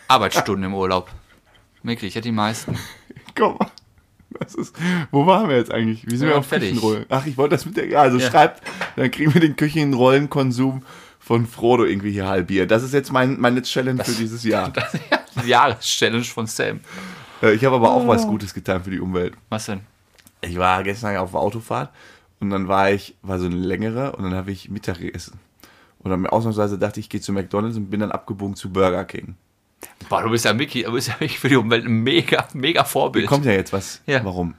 Speaker 2: Arbeitsstunden im Urlaub. Wirklich, ich hatte die meisten.
Speaker 1: komm. Das ist, wo waren wir jetzt eigentlich? Wie sind
Speaker 2: Wir
Speaker 1: wir
Speaker 2: waren
Speaker 1: auf
Speaker 2: fertig.
Speaker 1: Küchenrollen? Ach, ich wollte das mit der. Ja, also
Speaker 2: Ja.
Speaker 1: schreibt, dann kriegen wir den Küchenrollenkonsum von Frodo irgendwie hier halbiert. Das ist jetzt mein, meine Challenge für dieses Jahr.
Speaker 2: Das ist ja die Jahreschallenge von Sam.
Speaker 1: Äh, Ich habe aber auch was Gutes getan für die Umwelt.
Speaker 2: Was denn?
Speaker 1: Ich war gestern auf der Autofahrt und dann war ich, war so eine längere und dann habe ich Mittag gegessen. Und dann ausnahmsweise dachte ich, ich gehe zu McDonalds und bin dann abgebogen zu Burger King.
Speaker 2: Boah, du bist ja Mickey, du bist ja wirklich für die Umwelt ein mega, mega Vorbild.
Speaker 1: Kommt ja jetzt was.
Speaker 2: Ja.
Speaker 1: Warum?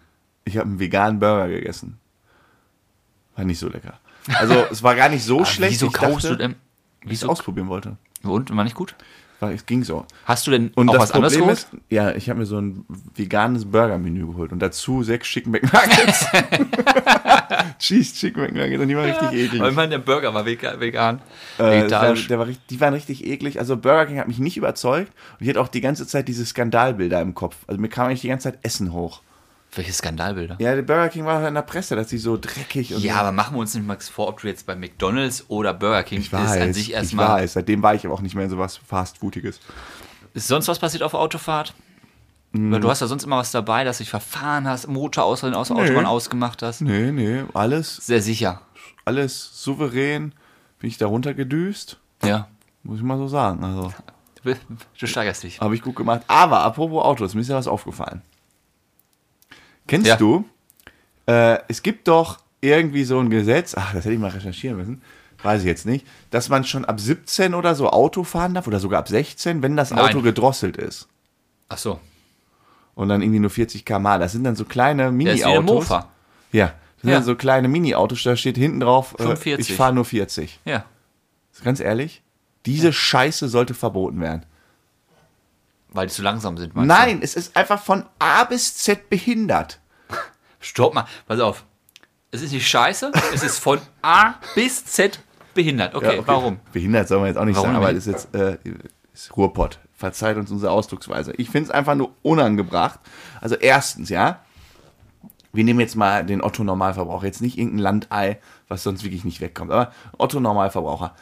Speaker 1: Ich habe einen veganen Burger gegessen. War nicht so lecker. Also es war gar nicht so
Speaker 2: Aber
Speaker 1: schlecht,
Speaker 2: Ah, Wieso
Speaker 1: wie ich
Speaker 2: kaufst
Speaker 1: dachte,
Speaker 2: du denn?
Speaker 1: ich es
Speaker 2: Wieso?
Speaker 1: ausprobieren wollte.
Speaker 2: Und, war nicht gut?
Speaker 1: War, es ging so.
Speaker 2: Hast du denn
Speaker 1: Und
Speaker 2: auch
Speaker 1: das
Speaker 2: was anderes
Speaker 1: Problem
Speaker 2: geholt?
Speaker 1: ist, ja, ich habe mir so ein veganes Burger-Menü geholt und dazu sechs Chicken McNuggets. Cheese Chicken McNuggets und die waren richtig eklig.
Speaker 2: Weil ich meine, der Burger war vega- vegan.
Speaker 1: Äh, es war,
Speaker 2: vegetarisch.
Speaker 1: der war, richt- die waren richtig eklig. Also Burger King hat mich nicht überzeugt und ich hatte auch die ganze Zeit diese Skandalbilder im Kopf. Also mir kam eigentlich die ganze Zeit Essen hoch.
Speaker 2: Welche Skandalbilder?
Speaker 1: Ja, der Burger King war halt in der Presse, dass sie so dreckig und
Speaker 2: Ja,
Speaker 1: so.
Speaker 2: aber machen wir uns nicht mal vor, ob du jetzt bei McDonalds oder Burger King
Speaker 1: Ich weiß,
Speaker 2: ist an sich
Speaker 1: ich
Speaker 2: erstmal.
Speaker 1: weiß. Seitdem war ich aber auch nicht mehr in sowas Fastfoodiges.
Speaker 2: Ist sonst was passiert auf der Autofahrt?
Speaker 1: Hm.
Speaker 2: Weil du hast ja sonst immer was dabei, dass du dich verfahren hast, Motor aus, aus der
Speaker 1: Nee.
Speaker 2: Autobahn ausgemacht hast.
Speaker 1: Nee, nee, alles,
Speaker 2: Sehr sicher.
Speaker 1: alles souverän. Bin ich da runtergedüst,
Speaker 2: Ja.
Speaker 1: muss ich mal so sagen. Also
Speaker 2: Du, du steigerst dich.
Speaker 1: habe ich gut gemacht. Aber apropos Autos, mir ist ja was aufgefallen. Kennst
Speaker 2: Ja.
Speaker 1: du? Äh, es gibt doch irgendwie so ein Gesetz, ach, das hätte ich mal recherchieren müssen, weiß ich jetzt nicht, dass man schon ab 17 oder so Auto fahren darf oder sogar ab 16, wenn das
Speaker 2: Nein.
Speaker 1: Auto gedrosselt ist.
Speaker 2: Ach so.
Speaker 1: Und dann irgendwie nur 40 km/h. Das sind dann so kleine
Speaker 2: Der ist wie ein
Speaker 1: Mini-Autos.
Speaker 2: Mofa.
Speaker 1: Ja, das sind
Speaker 2: Ja.
Speaker 1: dann so kleine Mini-Autos, da steht hinten drauf, äh,
Speaker 2: 45.
Speaker 1: ich fahre nur 40.
Speaker 2: Ja.
Speaker 1: Ganz ehrlich, diese Scheiße sollte verboten werden.
Speaker 2: Weil die zu langsam sind. meinst
Speaker 1: Nein, es ist einfach von A bis Z behindert.
Speaker 2: du? Stopp mal. Pass auf. Es ist nicht scheiße. es ist von A bis Z behindert. Okay,
Speaker 1: Ja, okay.
Speaker 2: warum?
Speaker 1: Behindert soll man jetzt auch nicht
Speaker 2: Warum
Speaker 1: sagen, aber
Speaker 2: nicht?
Speaker 1: das ist jetzt äh, ist Ruhrpott. Verzeiht uns unsere Ausdrucksweise. Ich finde es einfach nur unangebracht. Also erstens, ja, wir nehmen jetzt mal den Otto Normalverbraucher, jetzt nicht irgendein Landei, was sonst wirklich nicht wegkommt, aber Otto Normalverbraucher.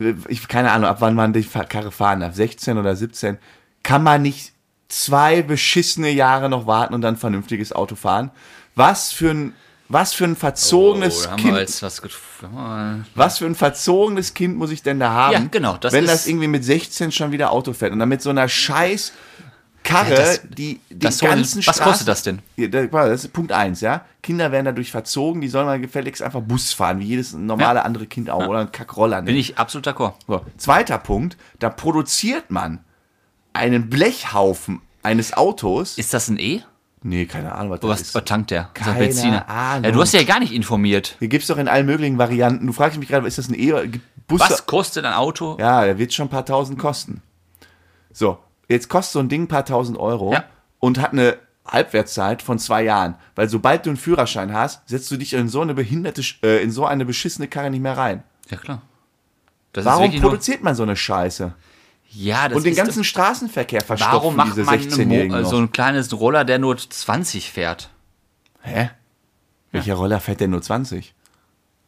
Speaker 1: Äh, Ich keine Ahnung, ab wann man die Fa- Karre fahren darf, 16 oder 17, kann man nicht zwei beschissene Jahre noch warten und dann ein vernünftiges Auto fahren? Was für ein was für ein verzogenes
Speaker 2: Oh, da haben wir
Speaker 1: Kind
Speaker 2: jetzt was getroffen.
Speaker 1: was für ein verzogenes Kind muss ich denn da haben?
Speaker 2: Ja, genau, das
Speaker 1: wenn
Speaker 2: ist-
Speaker 1: das irgendwie mit 16 schon wieder Auto fährt und dann mit so einer scheiß Karre,
Speaker 2: Ja, das-
Speaker 1: die die
Speaker 2: das soll-
Speaker 1: ganzen
Speaker 2: was
Speaker 1: Straßen-
Speaker 2: kostet das denn?
Speaker 1: Ja, da- warte, das ist Punkt eins, ja. Kinder werden dadurch verzogen, die sollen mal gefälligst einfach Bus fahren, wie jedes normale andere Kind auch, oder ein Kackroller.
Speaker 2: Bin
Speaker 1: nehmen.
Speaker 2: ich absolut d'accord.
Speaker 1: So, zweiter Punkt, da produziert man einen Blechhaufen eines Autos.
Speaker 2: Ist das ein E?
Speaker 1: nee, keine Ahnung, was das
Speaker 2: Was,
Speaker 1: ist.
Speaker 2: was tankt der? Ist das
Speaker 1: Keine
Speaker 2: Benziner?
Speaker 1: Ahnung.
Speaker 2: Ja, du hast ja gar nicht informiert.
Speaker 1: Hier gibt's doch in allen möglichen Varianten. Du fragst mich gerade, ist das ein E? Gibt Busse
Speaker 2: Was kostet ein Auto?
Speaker 1: Ja, der wird schon ein paar tausend kosten. So, jetzt kostet so ein Ding ein paar tausend Euro
Speaker 2: Ja.
Speaker 1: und hat eine Halbwertszeit von zwei Jahren. Weil sobald du einen Führerschein hast, setzt du dich in so eine behinderte, Sch- äh, in so eine beschissene Karre nicht mehr rein.
Speaker 2: Ja, klar. Das
Speaker 1: Warum
Speaker 2: wirklich nur-
Speaker 1: produziert man so eine Scheiße?
Speaker 2: Ja, das
Speaker 1: Und den
Speaker 2: ist
Speaker 1: ganzen Straßenverkehr verstopfen
Speaker 2: Warum macht
Speaker 1: diese
Speaker 2: man eine
Speaker 1: 16-Jährigen
Speaker 2: Mo- also-
Speaker 1: noch?
Speaker 2: so ein kleines Roller, der nur 20 fährt?
Speaker 1: Hä? Welcher Roller fährt denn nur 20?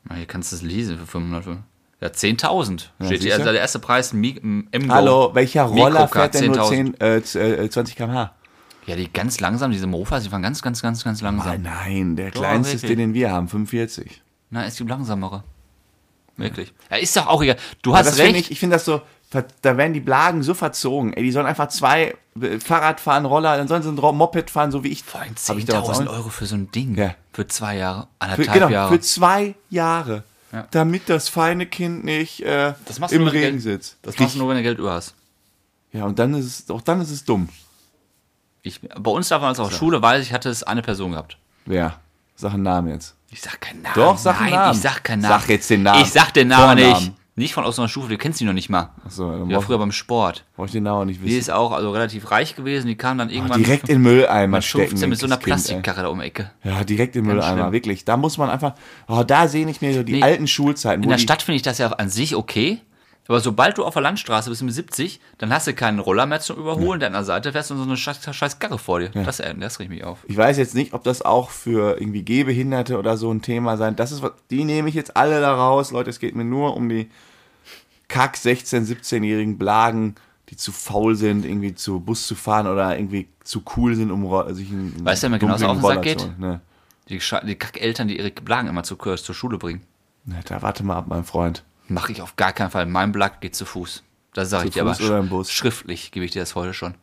Speaker 2: Na, hier kannst du es lesen für 500. Euro. Ja, 10.000.
Speaker 1: Ja,
Speaker 2: steht hier,
Speaker 1: siehste?
Speaker 2: also der erste Preis ein Mi- ein M-Go.
Speaker 1: Hallo, welcher Roller
Speaker 2: Mikrocar,
Speaker 1: fährt denn nur
Speaker 2: 10.000?
Speaker 1: 10, äh, z- äh, 20 km/h?
Speaker 2: Ja, die ganz langsam, diese Mofas, die fahren ganz, ganz, ganz, ganz
Speaker 1: Ah,
Speaker 2: langsam.
Speaker 1: nein, der kleinste ist
Speaker 2: wirklich.
Speaker 1: den, den wir haben, 45.
Speaker 2: Na, es gibt langsamere. Wirklich. Ja, ist doch auch egal. Du
Speaker 1: Aber
Speaker 2: hast
Speaker 1: das finde
Speaker 2: recht.
Speaker 1: ich, ich finde das so, da, da werden die Blagen so verzogen. Ey, die sollen einfach zwei äh, Fahrrad fahren, Roller, dann sollen sie ein Ro- Moped fahren, so wie ich.
Speaker 2: Vor allem
Speaker 1: Hab ich damals auch
Speaker 2: 10.000
Speaker 1: nicht.
Speaker 2: Euro für so ein Ding.
Speaker 1: Ja.
Speaker 2: Für zwei Jahre,
Speaker 1: Für,
Speaker 2: anderthalb
Speaker 1: genau,
Speaker 2: Jahre.
Speaker 1: für zwei Jahre.
Speaker 2: Ja.
Speaker 1: Damit das feine Kind nicht äh,
Speaker 2: Das machst du
Speaker 1: im
Speaker 2: nur, wenn
Speaker 1: Regen
Speaker 2: Geld-
Speaker 1: sitzt.
Speaker 2: Das machst du nur, wenn du Geld über hast.
Speaker 1: ja, und dann ist es, auch dann ist es dumm.
Speaker 2: Ich, bei uns darf man es auf Schule, weil ich hatte es eine Person gehabt.
Speaker 1: Wer? Sag einen Namen jetzt.
Speaker 2: Ich sag keinen Namen.
Speaker 1: Doch, sag
Speaker 2: Nein,
Speaker 1: einen Namen.
Speaker 2: ich sag keinen Namen.
Speaker 1: Sag jetzt den Namen.
Speaker 2: Ich sag den Namen
Speaker 1: Vornamen.
Speaker 2: nicht. Nicht von aus einer Stufe, du kennst ihn noch nicht mal.
Speaker 1: so, dann
Speaker 2: Die war
Speaker 1: brauch-
Speaker 2: früher beim Sport.
Speaker 1: Brauch ich den Namen auch nicht
Speaker 2: Die
Speaker 1: wissen.
Speaker 2: ist auch also relativ reich gewesen, die kam dann irgendwann
Speaker 1: Oh, Direkt in den Mülleimer
Speaker 2: mit
Speaker 1: stecken.
Speaker 2: 15 mit so einer
Speaker 1: das Kind, ey.
Speaker 2: Plastikkarre da um die Ecke.
Speaker 1: Ja, direkt in den Mülleimer,
Speaker 2: schlimm.
Speaker 1: wirklich. Da muss man einfach, oh, da sehe ich mir so die
Speaker 2: Nee.
Speaker 1: alten Schulzeiten.
Speaker 2: In
Speaker 1: wo
Speaker 2: der
Speaker 1: die-
Speaker 2: Stadt finde ich das ja an sich okay. Aber sobald du auf der Landstraße bist mit 70, dann hast du keinen Roller mehr zum Überholen, der an der Seite fährst und so eine scheiß, scheiß Karre vor dir. Das, äh, das riecht mich auf.
Speaker 1: Ich weiß jetzt nicht, ob das auch für irgendwie Gehbehinderte oder so ein Thema sein. Das ist was, die nehme ich jetzt alle da raus. Leute, es geht mir nur um die Kack 16, 17-jährigen Blagen, die zu faul sind, irgendwie zu Bus zu fahren oder irgendwie zu cool sind, um ro- sich einen
Speaker 2: Weißt du, wer mir genauso
Speaker 1: dunklen
Speaker 2: auf den Sack
Speaker 1: Roller
Speaker 2: geht?
Speaker 1: zu holen. Ne?
Speaker 2: Die, Scha- die Kackeltern, die ihre Blagen immer zu, zur Schule bringen.
Speaker 1: Na, da Ne. warte mal ab, mein Freund.
Speaker 2: Mache ich auf gar keinen Fall. Mein Blag geht zu Fuß. Das sage ich dir
Speaker 1: Fuß
Speaker 2: aber.
Speaker 1: oder im Bus?
Speaker 2: Schriftlich gebe ich dir das heute schon.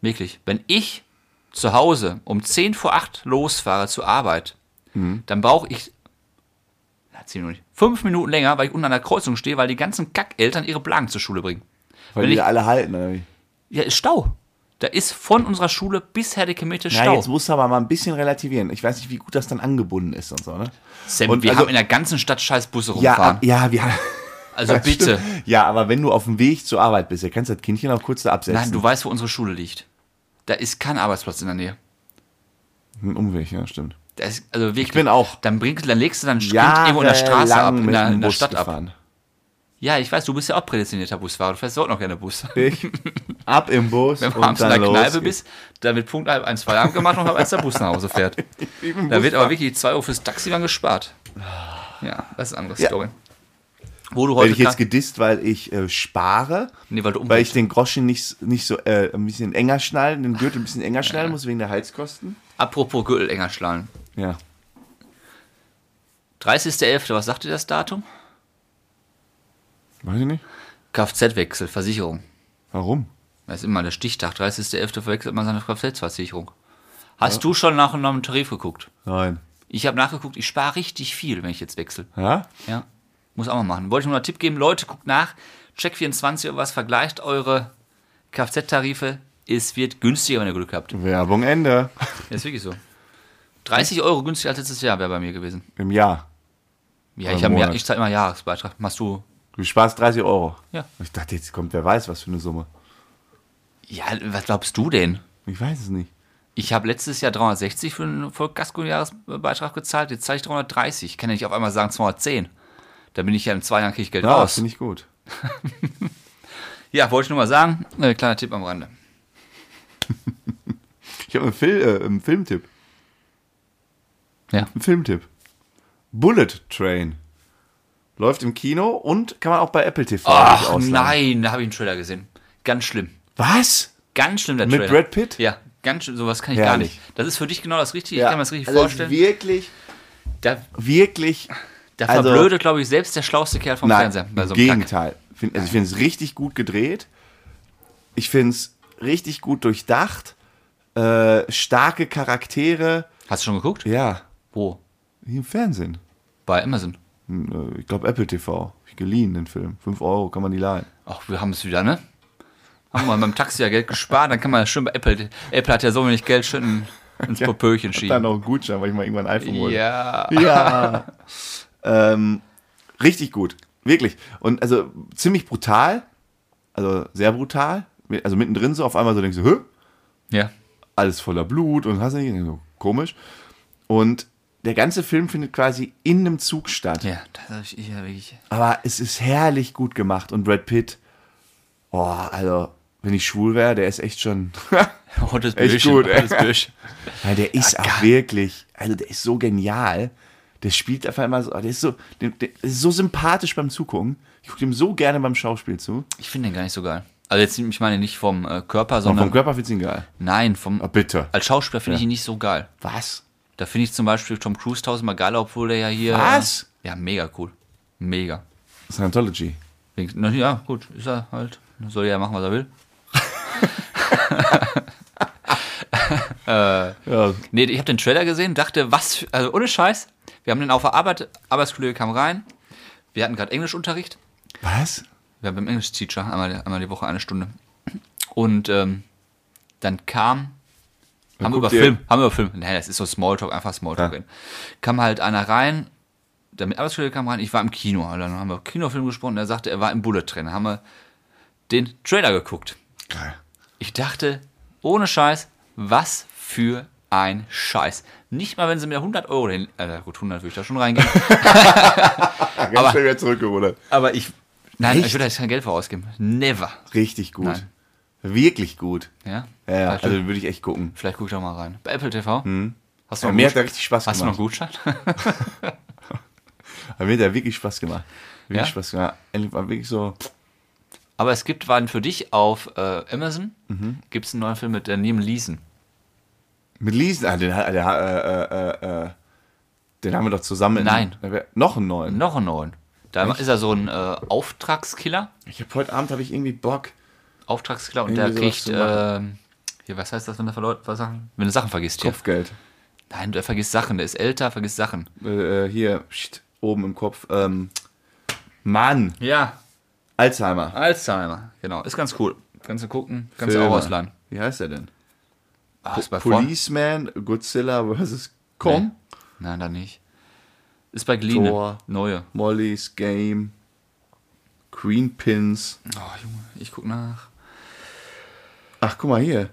Speaker 2: Wirklich. Wenn ich zu Hause um 10 vor 8 losfahre zur Arbeit,
Speaker 1: Mhm.
Speaker 2: dann brauche ich na, zehn Minuten, fünf Minuten länger, weil ich unten an der Kreuzung stehe, weil die ganzen Kackeltern ihre Blagen zur Schule bringen.
Speaker 1: Weil
Speaker 2: Wenn
Speaker 1: die
Speaker 2: ich-
Speaker 1: da alle halten, oder wie?
Speaker 2: Ja, ist Stau. Da ist von unserer Schule bis her die Kilometer
Speaker 1: Ja,
Speaker 2: Stau.
Speaker 1: jetzt musst du aber mal ein bisschen relativieren. Ich weiß nicht, wie gut das dann angebunden ist und so, ne?
Speaker 2: Sam,
Speaker 1: und
Speaker 2: wir
Speaker 1: also-
Speaker 2: haben in der ganzen Stadt scheiß Busse
Speaker 1: Ja,
Speaker 2: rumfahren.
Speaker 1: ab, ja, wir,
Speaker 2: Also
Speaker 1: Das
Speaker 2: bitte.
Speaker 1: stimmt. Ja, aber wenn du auf dem Weg zur Arbeit bist, dann kannst du das Kindchen auch kurz da absetzen.
Speaker 2: Nein, du weißt, wo unsere Schule liegt. Da ist kein Arbeitsplatz in der Nähe.
Speaker 1: Ein Umweg, ja, stimmt.
Speaker 2: Da ist, also wirklich, ich
Speaker 1: bin auch.
Speaker 2: Dann, bringst, dann legst du dann Kind irgendwo in der Straße ab,
Speaker 1: Jahrelang
Speaker 2: in
Speaker 1: mit
Speaker 2: der,
Speaker 1: dem
Speaker 2: in der
Speaker 1: äh, Bus
Speaker 2: Stadt ab.
Speaker 1: gefahren.
Speaker 2: Ja, ich weiß, du bist ja auch prädestinierter Busfahrer. Du fährst auch noch gerne Bus.
Speaker 1: Ich ab im Bus
Speaker 2: Wenn du
Speaker 1: und
Speaker 2: abends in
Speaker 1: dann
Speaker 2: der
Speaker 1: los.
Speaker 2: Kneipe bist, da wird Punkt halb eins Feierabend gemacht und halb eins der Bus nach Hause fährt. Da wird aber wirklich 2 Euro fürs Taxi dann gespart. Ja, das ist eine andere Story. Wo du
Speaker 1: Werde
Speaker 2: heute
Speaker 1: ich jetzt
Speaker 2: kann-
Speaker 1: gedisst, weil ich äh, spare,
Speaker 2: Nee, weil du
Speaker 1: weil
Speaker 2: umwelt-
Speaker 1: ich den Groschen nicht, nicht so äh, ein bisschen enger schnallen, den Gürtel ein bisschen enger schnallen muss wegen der Heizkosten.
Speaker 2: Apropos Gürtel enger schlagen.
Speaker 1: Ja.
Speaker 2: 30.11., was sagt dir das Datum?
Speaker 1: Weiß ich nicht.
Speaker 2: Kfz-Wechsel, Versicherung.
Speaker 1: Warum?
Speaker 2: Das ist immer der Stichtag. 30.11. verwechselt man seine Kfz-Versicherung. Hast du schon nach und nach dem Tarif geguckt?
Speaker 1: Nein.
Speaker 2: Ich habe nachgeguckt, ich spare richtig viel, wenn ich jetzt wechsle.
Speaker 1: Ja?
Speaker 2: Ja, muss auch mal machen. Wollte ich nur einen Tipp geben, Leute, guckt nach, Check24 oder was, vergleicht eure Kfz-Tarife. Es wird günstiger, wenn ihr Glück habt.
Speaker 1: Werbung Ende.
Speaker 2: Ist wirklich so. 30 Euro günstiger als letztes Jahr wäre bei mir gewesen.
Speaker 1: Im Jahr.
Speaker 2: Ja,
Speaker 1: Oder
Speaker 2: ich, hab mir-
Speaker 1: Monat.
Speaker 2: ich zahle immer Jahresbeitrag. Machst du.
Speaker 1: Du sparst 30 Euro.
Speaker 2: Ja.
Speaker 1: Ich dachte, jetzt kommt wer weiß, was für eine Summe.
Speaker 2: Ja, was glaubst du denn?
Speaker 1: Ich weiß es nicht.
Speaker 2: Ich habe letztes Jahr 360 für einen Vollkasko-Jahresbeitrag gezahlt, jetzt zahle ich 330. Ich kann ja nicht auf einmal sagen 210. Da bin ich ja in zwei Jahren krieg ich Geld
Speaker 1: Ja, das
Speaker 2: raus.
Speaker 1: Ah, finde ich gut.
Speaker 2: Ja, wollte ich nur mal sagen. Äh, kleiner Tipp am Rande.
Speaker 1: Ich habe einen, Fil äh, einen Filmtipp.
Speaker 2: Ja.
Speaker 1: Ein Filmtipp. Bullet Train. Läuft im Kino und kann man auch bei Apple TV sich
Speaker 2: Ach
Speaker 1: ausleihen.
Speaker 2: nein, da habe ich einen Trailer gesehen. Ganz schlimm.
Speaker 1: Was?
Speaker 2: Ganz schlimm, der
Speaker 1: Mit
Speaker 2: Trailer.
Speaker 1: Brad Pitt?
Speaker 2: Ja, ganz schlimm, sowas kann ich
Speaker 1: Herrlich.
Speaker 2: gar nicht. Das ist für dich genau das Richtige, ich kann mir das richtig
Speaker 1: also
Speaker 2: vorstellen.
Speaker 1: Wirklich,
Speaker 2: da
Speaker 1: wirklich.
Speaker 2: da
Speaker 1: also-
Speaker 2: verblödet, glaube ich, selbst der schlauste Kerl vom
Speaker 1: Nein,
Speaker 2: Fernseher bei so
Speaker 1: im
Speaker 2: einem Kack.
Speaker 1: Gegenteil. Find, also ich finde es richtig gut gedreht. Ich finde es richtig gut durchdacht. Äh, starke Charaktere.
Speaker 2: Hast du schon geguckt?
Speaker 1: Ja,
Speaker 2: Wo?
Speaker 1: hier im Fernsehen.
Speaker 2: Bei Amazon.
Speaker 1: Äh, Ich glaube Apple TV. Hab Ich geliehen den Film. 5 Euro kann man die leihen.
Speaker 2: Ach, wir haben es wieder, ne? Haben wir beim Taxi ja Geld gespart, dann kann man schön bei Apple. Apple hat ja so wenig Geld schön ins Popöchen
Speaker 1: Dann
Speaker 2: schieben.
Speaker 1: noch einen Gutschein, weil ich mal irgendwann ein iPhone wollte.
Speaker 2: Ja.
Speaker 1: Ja. ähm, richtig gut. Wirklich. Und also ziemlich brutal. Also sehr brutal. Also mittendrin so auf einmal so denkst du, Hö?
Speaker 2: Ja.
Speaker 1: alles voller Blut und hast du nicht. So, komisch. Und der ganze Film findet quasi in einem Zug statt.
Speaker 2: Ja, das habe ich ja wirklich.
Speaker 1: Aber es ist herrlich gut gemacht. Und Brad Pitt, oh, also, wenn ich schwul wäre, der ist echt schon.
Speaker 2: Rotes
Speaker 1: Echt
Speaker 2: Bürschchen,
Speaker 1: gut, ey.
Speaker 2: rotes Bürschchen.
Speaker 1: Ja, der ist auch wirklich, also der ist so genial. Der spielt einfach immer so, oh, der ist so, der, der ist so sympathisch beim Zugucken. Ich gucke ihm so gerne beim Schauspiel zu.
Speaker 2: Ich finde den gar nicht so geil. Also jetzt, ich meine nicht vom äh, Körper,
Speaker 1: Und
Speaker 2: sondern.
Speaker 1: vom Körper find's ihn geil.
Speaker 2: nein, vom.
Speaker 1: Ah, bitte.
Speaker 2: Als Schauspieler finde ich ihn nicht so geil.
Speaker 1: Was?
Speaker 2: Da finde ich zum Beispiel Tom Cruise tausendmal geiler, obwohl der ja hier.
Speaker 1: Was?
Speaker 2: Ja, mega cool. Mega.
Speaker 1: Scientology.
Speaker 2: Wegen- Na ja, gut, ist er halt. Soll ja machen, was er will.
Speaker 1: Ja,
Speaker 2: Nee, ich habe den Trailer gesehen, dachte, was, für, also ohne Scheiß. Wir haben den auf der Arbeit, Arbeitskollege kam rein. Wir hatten gerade Englischunterricht.
Speaker 1: was?
Speaker 2: Wir haben beim Englisch-Teacher einmal, einmal die Woche eine Stunde. Und ähm, dann kam, haben wir über
Speaker 1: guckt ihr-
Speaker 2: Film, haben wir über Film, nein, das ist so Smalltalk, einfach Smalltalk
Speaker 1: Ja.
Speaker 2: reden. Kam halt einer rein, der mit Arbeitskollege kam rein, ich war im Kino. Und Dann haben wir Kinofilm gesprochen, er sagte, er war im Bullet Train. Dann haben wir den Trailer geguckt.
Speaker 1: Geil.
Speaker 2: Ich dachte, ohne Scheiß, was für ein Scheiß. Nicht mal, wenn sie mir 100 Euro hin, äh, gut, 100 würde ich da schon reingehen.
Speaker 1: Ah, ganz
Speaker 2: Aber-
Speaker 1: schnell wieder zurückgerudert.
Speaker 2: Aber ich, nein,
Speaker 1: Echt?
Speaker 2: ich würde da jetzt kein Geld für ausgeben. Never.
Speaker 1: Richtig gut.
Speaker 2: Nein.
Speaker 1: Wirklich gut.
Speaker 2: Ja?
Speaker 1: Ja, ja,
Speaker 2: Vielleicht-
Speaker 1: also würde ich echt gucken.
Speaker 2: Vielleicht guck ich doch mal rein. Bei Apple TV? Hast du
Speaker 1: Ja,
Speaker 2: noch
Speaker 1: mir
Speaker 2: einen
Speaker 1: hat da
Speaker 2: Gutschein?
Speaker 1: richtig Spaß
Speaker 2: Hast du noch einen
Speaker 1: gemacht.
Speaker 2: Gutschein?
Speaker 1: Aber mir hat da wirklich Spaß gemacht. Wirklich
Speaker 2: Ja?
Speaker 1: Spaß gemacht. Endlich War wirklich so.
Speaker 2: Aber es gibt waren für dich auf äh, Amazon gibt es einen neuen Film mit äh, Liam Leeson.
Speaker 1: Mit Liesen, ah, den, hat- der, äh, äh, äh, äh, den haben wir doch zusammen. in-
Speaker 2: Nein.
Speaker 1: Da wär- Noch einen neuen.
Speaker 2: Noch einen neuen. Da ist er so ein äh, Auftragskiller.
Speaker 1: Ich hab, heute Abend habe ich irgendwie Bock.
Speaker 2: Auftragskiller und
Speaker 1: Irgendwie sowas
Speaker 2: der kriegt
Speaker 1: zu
Speaker 2: ähm, hier, was heißt das, wenn du verläut- was Sachen? Wenn du Sachen vergisst hier.
Speaker 1: Kopfgeld.
Speaker 2: Nein, der vergisst Sachen, der ist älter, vergisst Sachen.
Speaker 1: Äh, äh, hier, pst, oben im Kopf. Ähm, Mann,
Speaker 2: Ja,
Speaker 1: Alzheimer.
Speaker 2: Alzheimer. Genau, ist ganz cool. Kannst du gucken, kannst du auch
Speaker 1: Filme.
Speaker 2: ausleihen.
Speaker 1: Wie heißt er denn?
Speaker 2: Ach, Ah, ist bei Freund-
Speaker 1: Policeman, Godzilla vs. Kong,
Speaker 2: Nein, da nicht. Ist bei Glean.
Speaker 1: Thor.
Speaker 2: Neue.
Speaker 1: Molly's Game. Green Pins.
Speaker 2: Oh, Junge, ich guck nach.
Speaker 1: Ach, guck mal hier.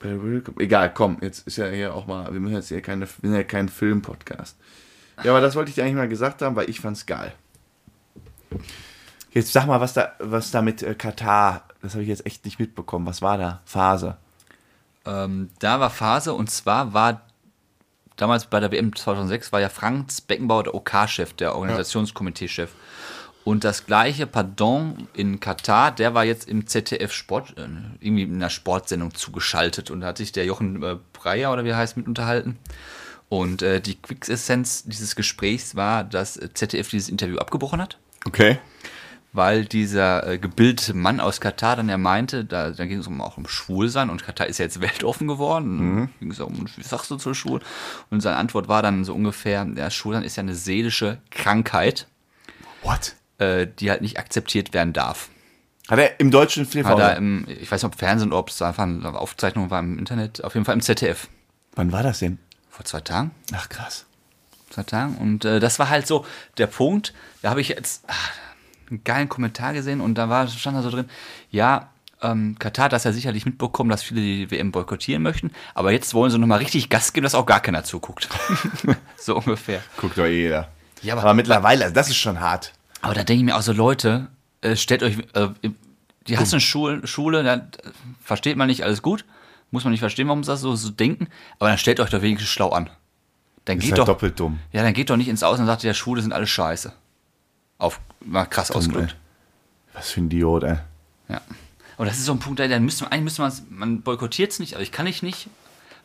Speaker 1: Beryl- Egal, komm, jetzt ist ja hier auch mal, wir müssen jetzt hier keine, wir sind ja kein Film-Podcast. Ja, aber das wollte ich dir eigentlich mal gesagt haben, weil ich fand's geil. Jetzt sag mal, was da, was da mit äh, Katar, das habe ich jetzt echt nicht mitbekommen. Was war da? Phase.
Speaker 2: Ähm, da war Phase und zwar war damals bei der WM 2006 war ja Franz Beckenbauer der OK-Chef, der Organisationskomiteechef. Und das gleiche Pardon in Katar, der war jetzt im ZDF Sport, äh, irgendwie in einer Sportsendung zugeschaltet und da hat sich der Jochen äh, Breyer oder wie er heißt mit unterhalten. Und äh, die Quicks-Essenz dieses Gesprächs war, dass äh, ZDF dieses Interview abgebrochen hat
Speaker 1: Okay.
Speaker 2: weil dieser äh, gebildete Mann aus Katar dann ja meinte, da, da ging es um, auch um Schwulsein und Katar ist ja jetzt weltoffen geworden. Mhm. Ging es auch um, wie sagst du zur Schwul? Und seine Antwort war dann so ungefähr, ja, Schwulsein ist ja eine seelische Krankheit,
Speaker 1: What?
Speaker 2: äh, die halt nicht akzeptiert werden darf.
Speaker 1: Hat er im deutschen TV?
Speaker 2: Hat er im, ich weiß nicht, ob Fernsehen, ob es einfach eine Aufzeichnung war im Internet, auf jeden Fall im ZDF.
Speaker 1: Wann war das denn?
Speaker 2: Vor zwei Tagen.
Speaker 1: Ach krass.
Speaker 2: zwei Tagen. Und äh, das war halt so der Punkt, da habe ich jetzt ach, einen geilen Kommentar gesehen und da war, stand da so drin, ja, ähm, Katar hat das ja sicherlich mitbekommen, dass viele die WM boykottieren möchten, aber jetzt wollen sie nochmal richtig Gas geben, dass auch gar keiner zuguckt. so ungefähr.
Speaker 1: Guckt doch eh jeder.
Speaker 2: Ja, aber-
Speaker 1: aber mittlerweile, also das ist schon hart.
Speaker 2: Aber da denke ich mir auch so, Leute, äh, stellt euch, äh, die hast eine Schule, Schule da äh, versteht man nicht alles gut, muss man nicht verstehen, warum sie das so, so denken, aber dann stellt euch doch wenigstens schlau an. Dann
Speaker 1: Ist
Speaker 2: geht
Speaker 1: halt
Speaker 2: doch,
Speaker 1: doppelt dumm.
Speaker 2: Ja, dann geht doch nicht ins Ausland und sagt, ja, Schwule sind alle scheiße. Auf, mal krass ausgedrückt.
Speaker 1: Was für ein Idiot, ey.
Speaker 2: Ja. Aber das ist so ein Punkt, da- dann müsste man, eigentlich müsste man, man boykottiert es nicht, aber ich kann ich nicht,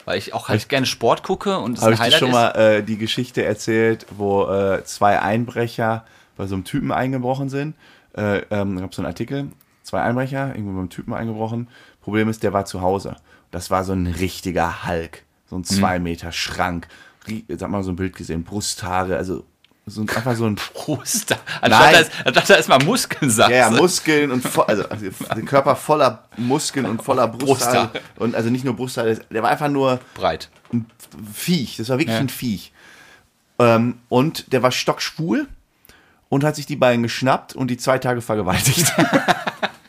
Speaker 2: weil ich auch halt gerne Sport gucke und es
Speaker 1: Habe ich dir schon
Speaker 2: ist.
Speaker 1: mal äh, die Geschichte erzählt, wo äh, zwei Einbrecher bei so einem Typen eingebrochen sind? Äh, ähm, gab so einen Artikel, zwei Einbrecher, irgendwo beim Typen eingebrochen. Problem ist, der war zu Hause. Das war so ein richtiger Hulk, so ein zwei Meter Schrank. Rie- Sag mal so ein Bild gesehen, Brusthaare, also so ein, einfach so ein
Speaker 2: Prost. Anstatt da, ist, anstatt da ist mal Muskeln sagt.
Speaker 1: Ja, ja, Muskeln und vo also, also den Körper voller Muskeln und voller Brusthaare.
Speaker 2: Brusthaar.
Speaker 1: Und also nicht nur Brusthaare, der war einfach nur
Speaker 2: breit.
Speaker 1: ein Viech. Das war wirklich
Speaker 2: Ja.
Speaker 1: ein Viech. Ähm, und der war stockschwul und hat sich die beiden geschnappt und die zwei Tage vergewaltigt.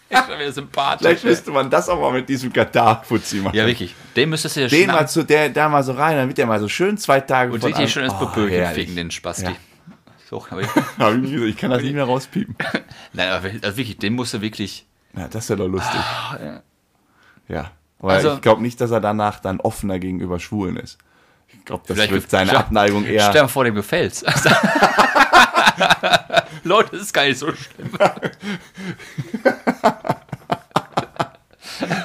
Speaker 2: Ist schon wieder sympathisch.
Speaker 1: Vielleicht müsste man das auch mal mit diesem Katar-Fuzzi machen.
Speaker 2: Ja, wirklich. Den müsstest du dir
Speaker 1: Den
Speaker 2: schnappen
Speaker 1: mal zu, der, da mal so rein, dann wird der mal so schön zwei Tage
Speaker 2: und richtig
Speaker 1: einem-
Speaker 2: schön ins
Speaker 1: Oh,
Speaker 2: Popöchen
Speaker 1: herrlich.
Speaker 2: wegen den Spasti.
Speaker 1: Ja.
Speaker 2: So, aber ich,
Speaker 1: Hab ich, nicht gesagt, ich kann das nicht mehr rauspiepen.
Speaker 2: nein, aber also wirklich, den musst du wirklich.
Speaker 1: Ja, das wäre doch lustig.
Speaker 2: Ah, ja.
Speaker 1: Ja. Aber
Speaker 2: Also-
Speaker 1: ich glaube nicht, dass er danach dann offener gegenüber Schwulen ist. Ich glaube, das
Speaker 2: Vielleicht
Speaker 1: wird
Speaker 2: gef-
Speaker 1: seine
Speaker 2: Stell-
Speaker 1: Abneigung eher.
Speaker 2: Stell dir mal vor, dem gefällt's. Leute, das ist gar nicht so schlimm.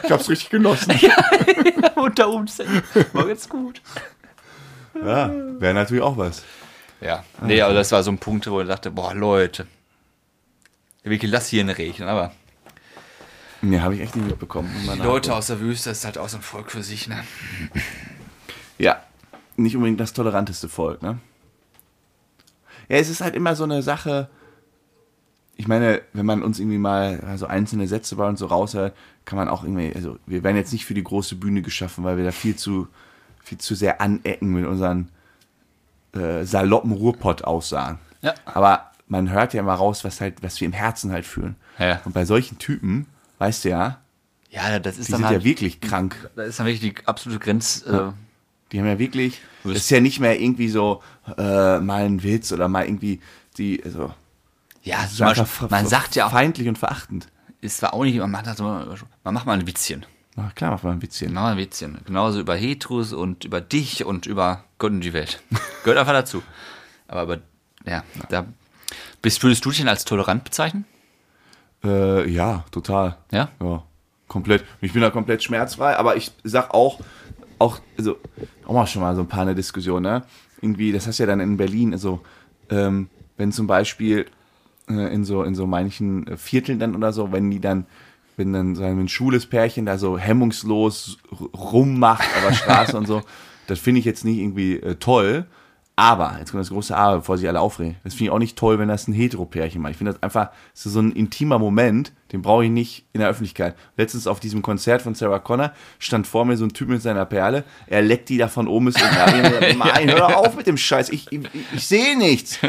Speaker 1: Ich hab's richtig genossen.
Speaker 2: Unter Umständen. War jetzt gut.
Speaker 1: Ja, wäre natürlich auch was.
Speaker 2: Ja. Nee, aber das war so ein Punkt, wo ich dachte, boah, Leute. Wirklich, lass hier in Regen, aber.
Speaker 1: Nee, habe ich echt nicht mitbekommen. Muss man
Speaker 2: Die Leute aus der Wüste ist halt auch so ein Volk für sich, ne?
Speaker 1: Ja, nicht unbedingt das toleranteste Volk, ne? Ja, es ist halt immer so eine Sache. Ich meine, wenn man uns irgendwie mal so also einzelne Sätze bei uns so raushört, kann man auch irgendwie, also wir werden jetzt nicht für die große Bühne geschaffen, weil wir da viel zu, viel zu sehr anecken mit unseren äh, saloppen Ruhrpott-Aussagen.
Speaker 2: Ja.
Speaker 1: Aber man hört ja immer raus, was halt, was wir im Herzen halt fühlen.
Speaker 2: Ja.
Speaker 1: Und bei solchen Typen, weißt du ja,
Speaker 2: Ja, das ist
Speaker 1: die
Speaker 2: dann
Speaker 1: sind ja
Speaker 2: halt,
Speaker 1: wirklich krank.
Speaker 2: das ist dann wirklich die absolute Grenz. Äh,
Speaker 1: Die haben ja wirklich.
Speaker 2: Das-
Speaker 1: Das ist ja nicht mehr irgendwie so äh, mal ein Witz oder mal irgendwie die. Also,
Speaker 2: ja,
Speaker 1: das ist
Speaker 2: zum
Speaker 1: einfach
Speaker 2: Beispiel,
Speaker 1: ver-
Speaker 2: man
Speaker 1: ver-
Speaker 2: sagt ja auch,
Speaker 1: Feindlich und verachtend.
Speaker 2: ist zwar auch nicht, man macht, das, immer- man macht mal ein Witzchen.
Speaker 1: Na klar, mach mal ein Witzchen.
Speaker 2: Machen wir ein Witzchen. Genauso über Heterus und über dich und über Gott und die Welt. Gehört einfach dazu. Aber, aber ja, da. Bist, würdest du dich denn als tolerant bezeichnen?
Speaker 1: Äh, ja, total.
Speaker 2: Ja?
Speaker 1: Ja. Komplett. Ich bin da komplett schmerzfrei, aber ich sag auch, auch, also, auch mal schon mal so ein paar eine Diskussion, ne? Irgendwie, das hast du ja dann in Berlin, also, ähm, wenn zum Beispiel äh, in so, in so manchen äh, Vierteln dann oder so, wenn die dann, wenn dann so ein schwules Pärchen da so hemmungslos r- rummacht auf der Straße und so, das finde ich jetzt nicht irgendwie äh, toll, Aber, jetzt kommt das große Aber, bevor sich alle aufregen. Das finde ich auch nicht toll, wenn das ein Hetero-Pärchen macht. Ich finde das einfach das ist so ein intimer Moment, den brauche ich nicht in der Öffentlichkeit. Letztens auf diesem Konzert von Sarah Connor stand vor mir so ein Typ mit seiner Perle. Er leckt die da von oben bis unten. ab. Ich hab gesagt, Mann, hör doch auf mit dem Scheiß. Ich, ich, ich sehe nichts.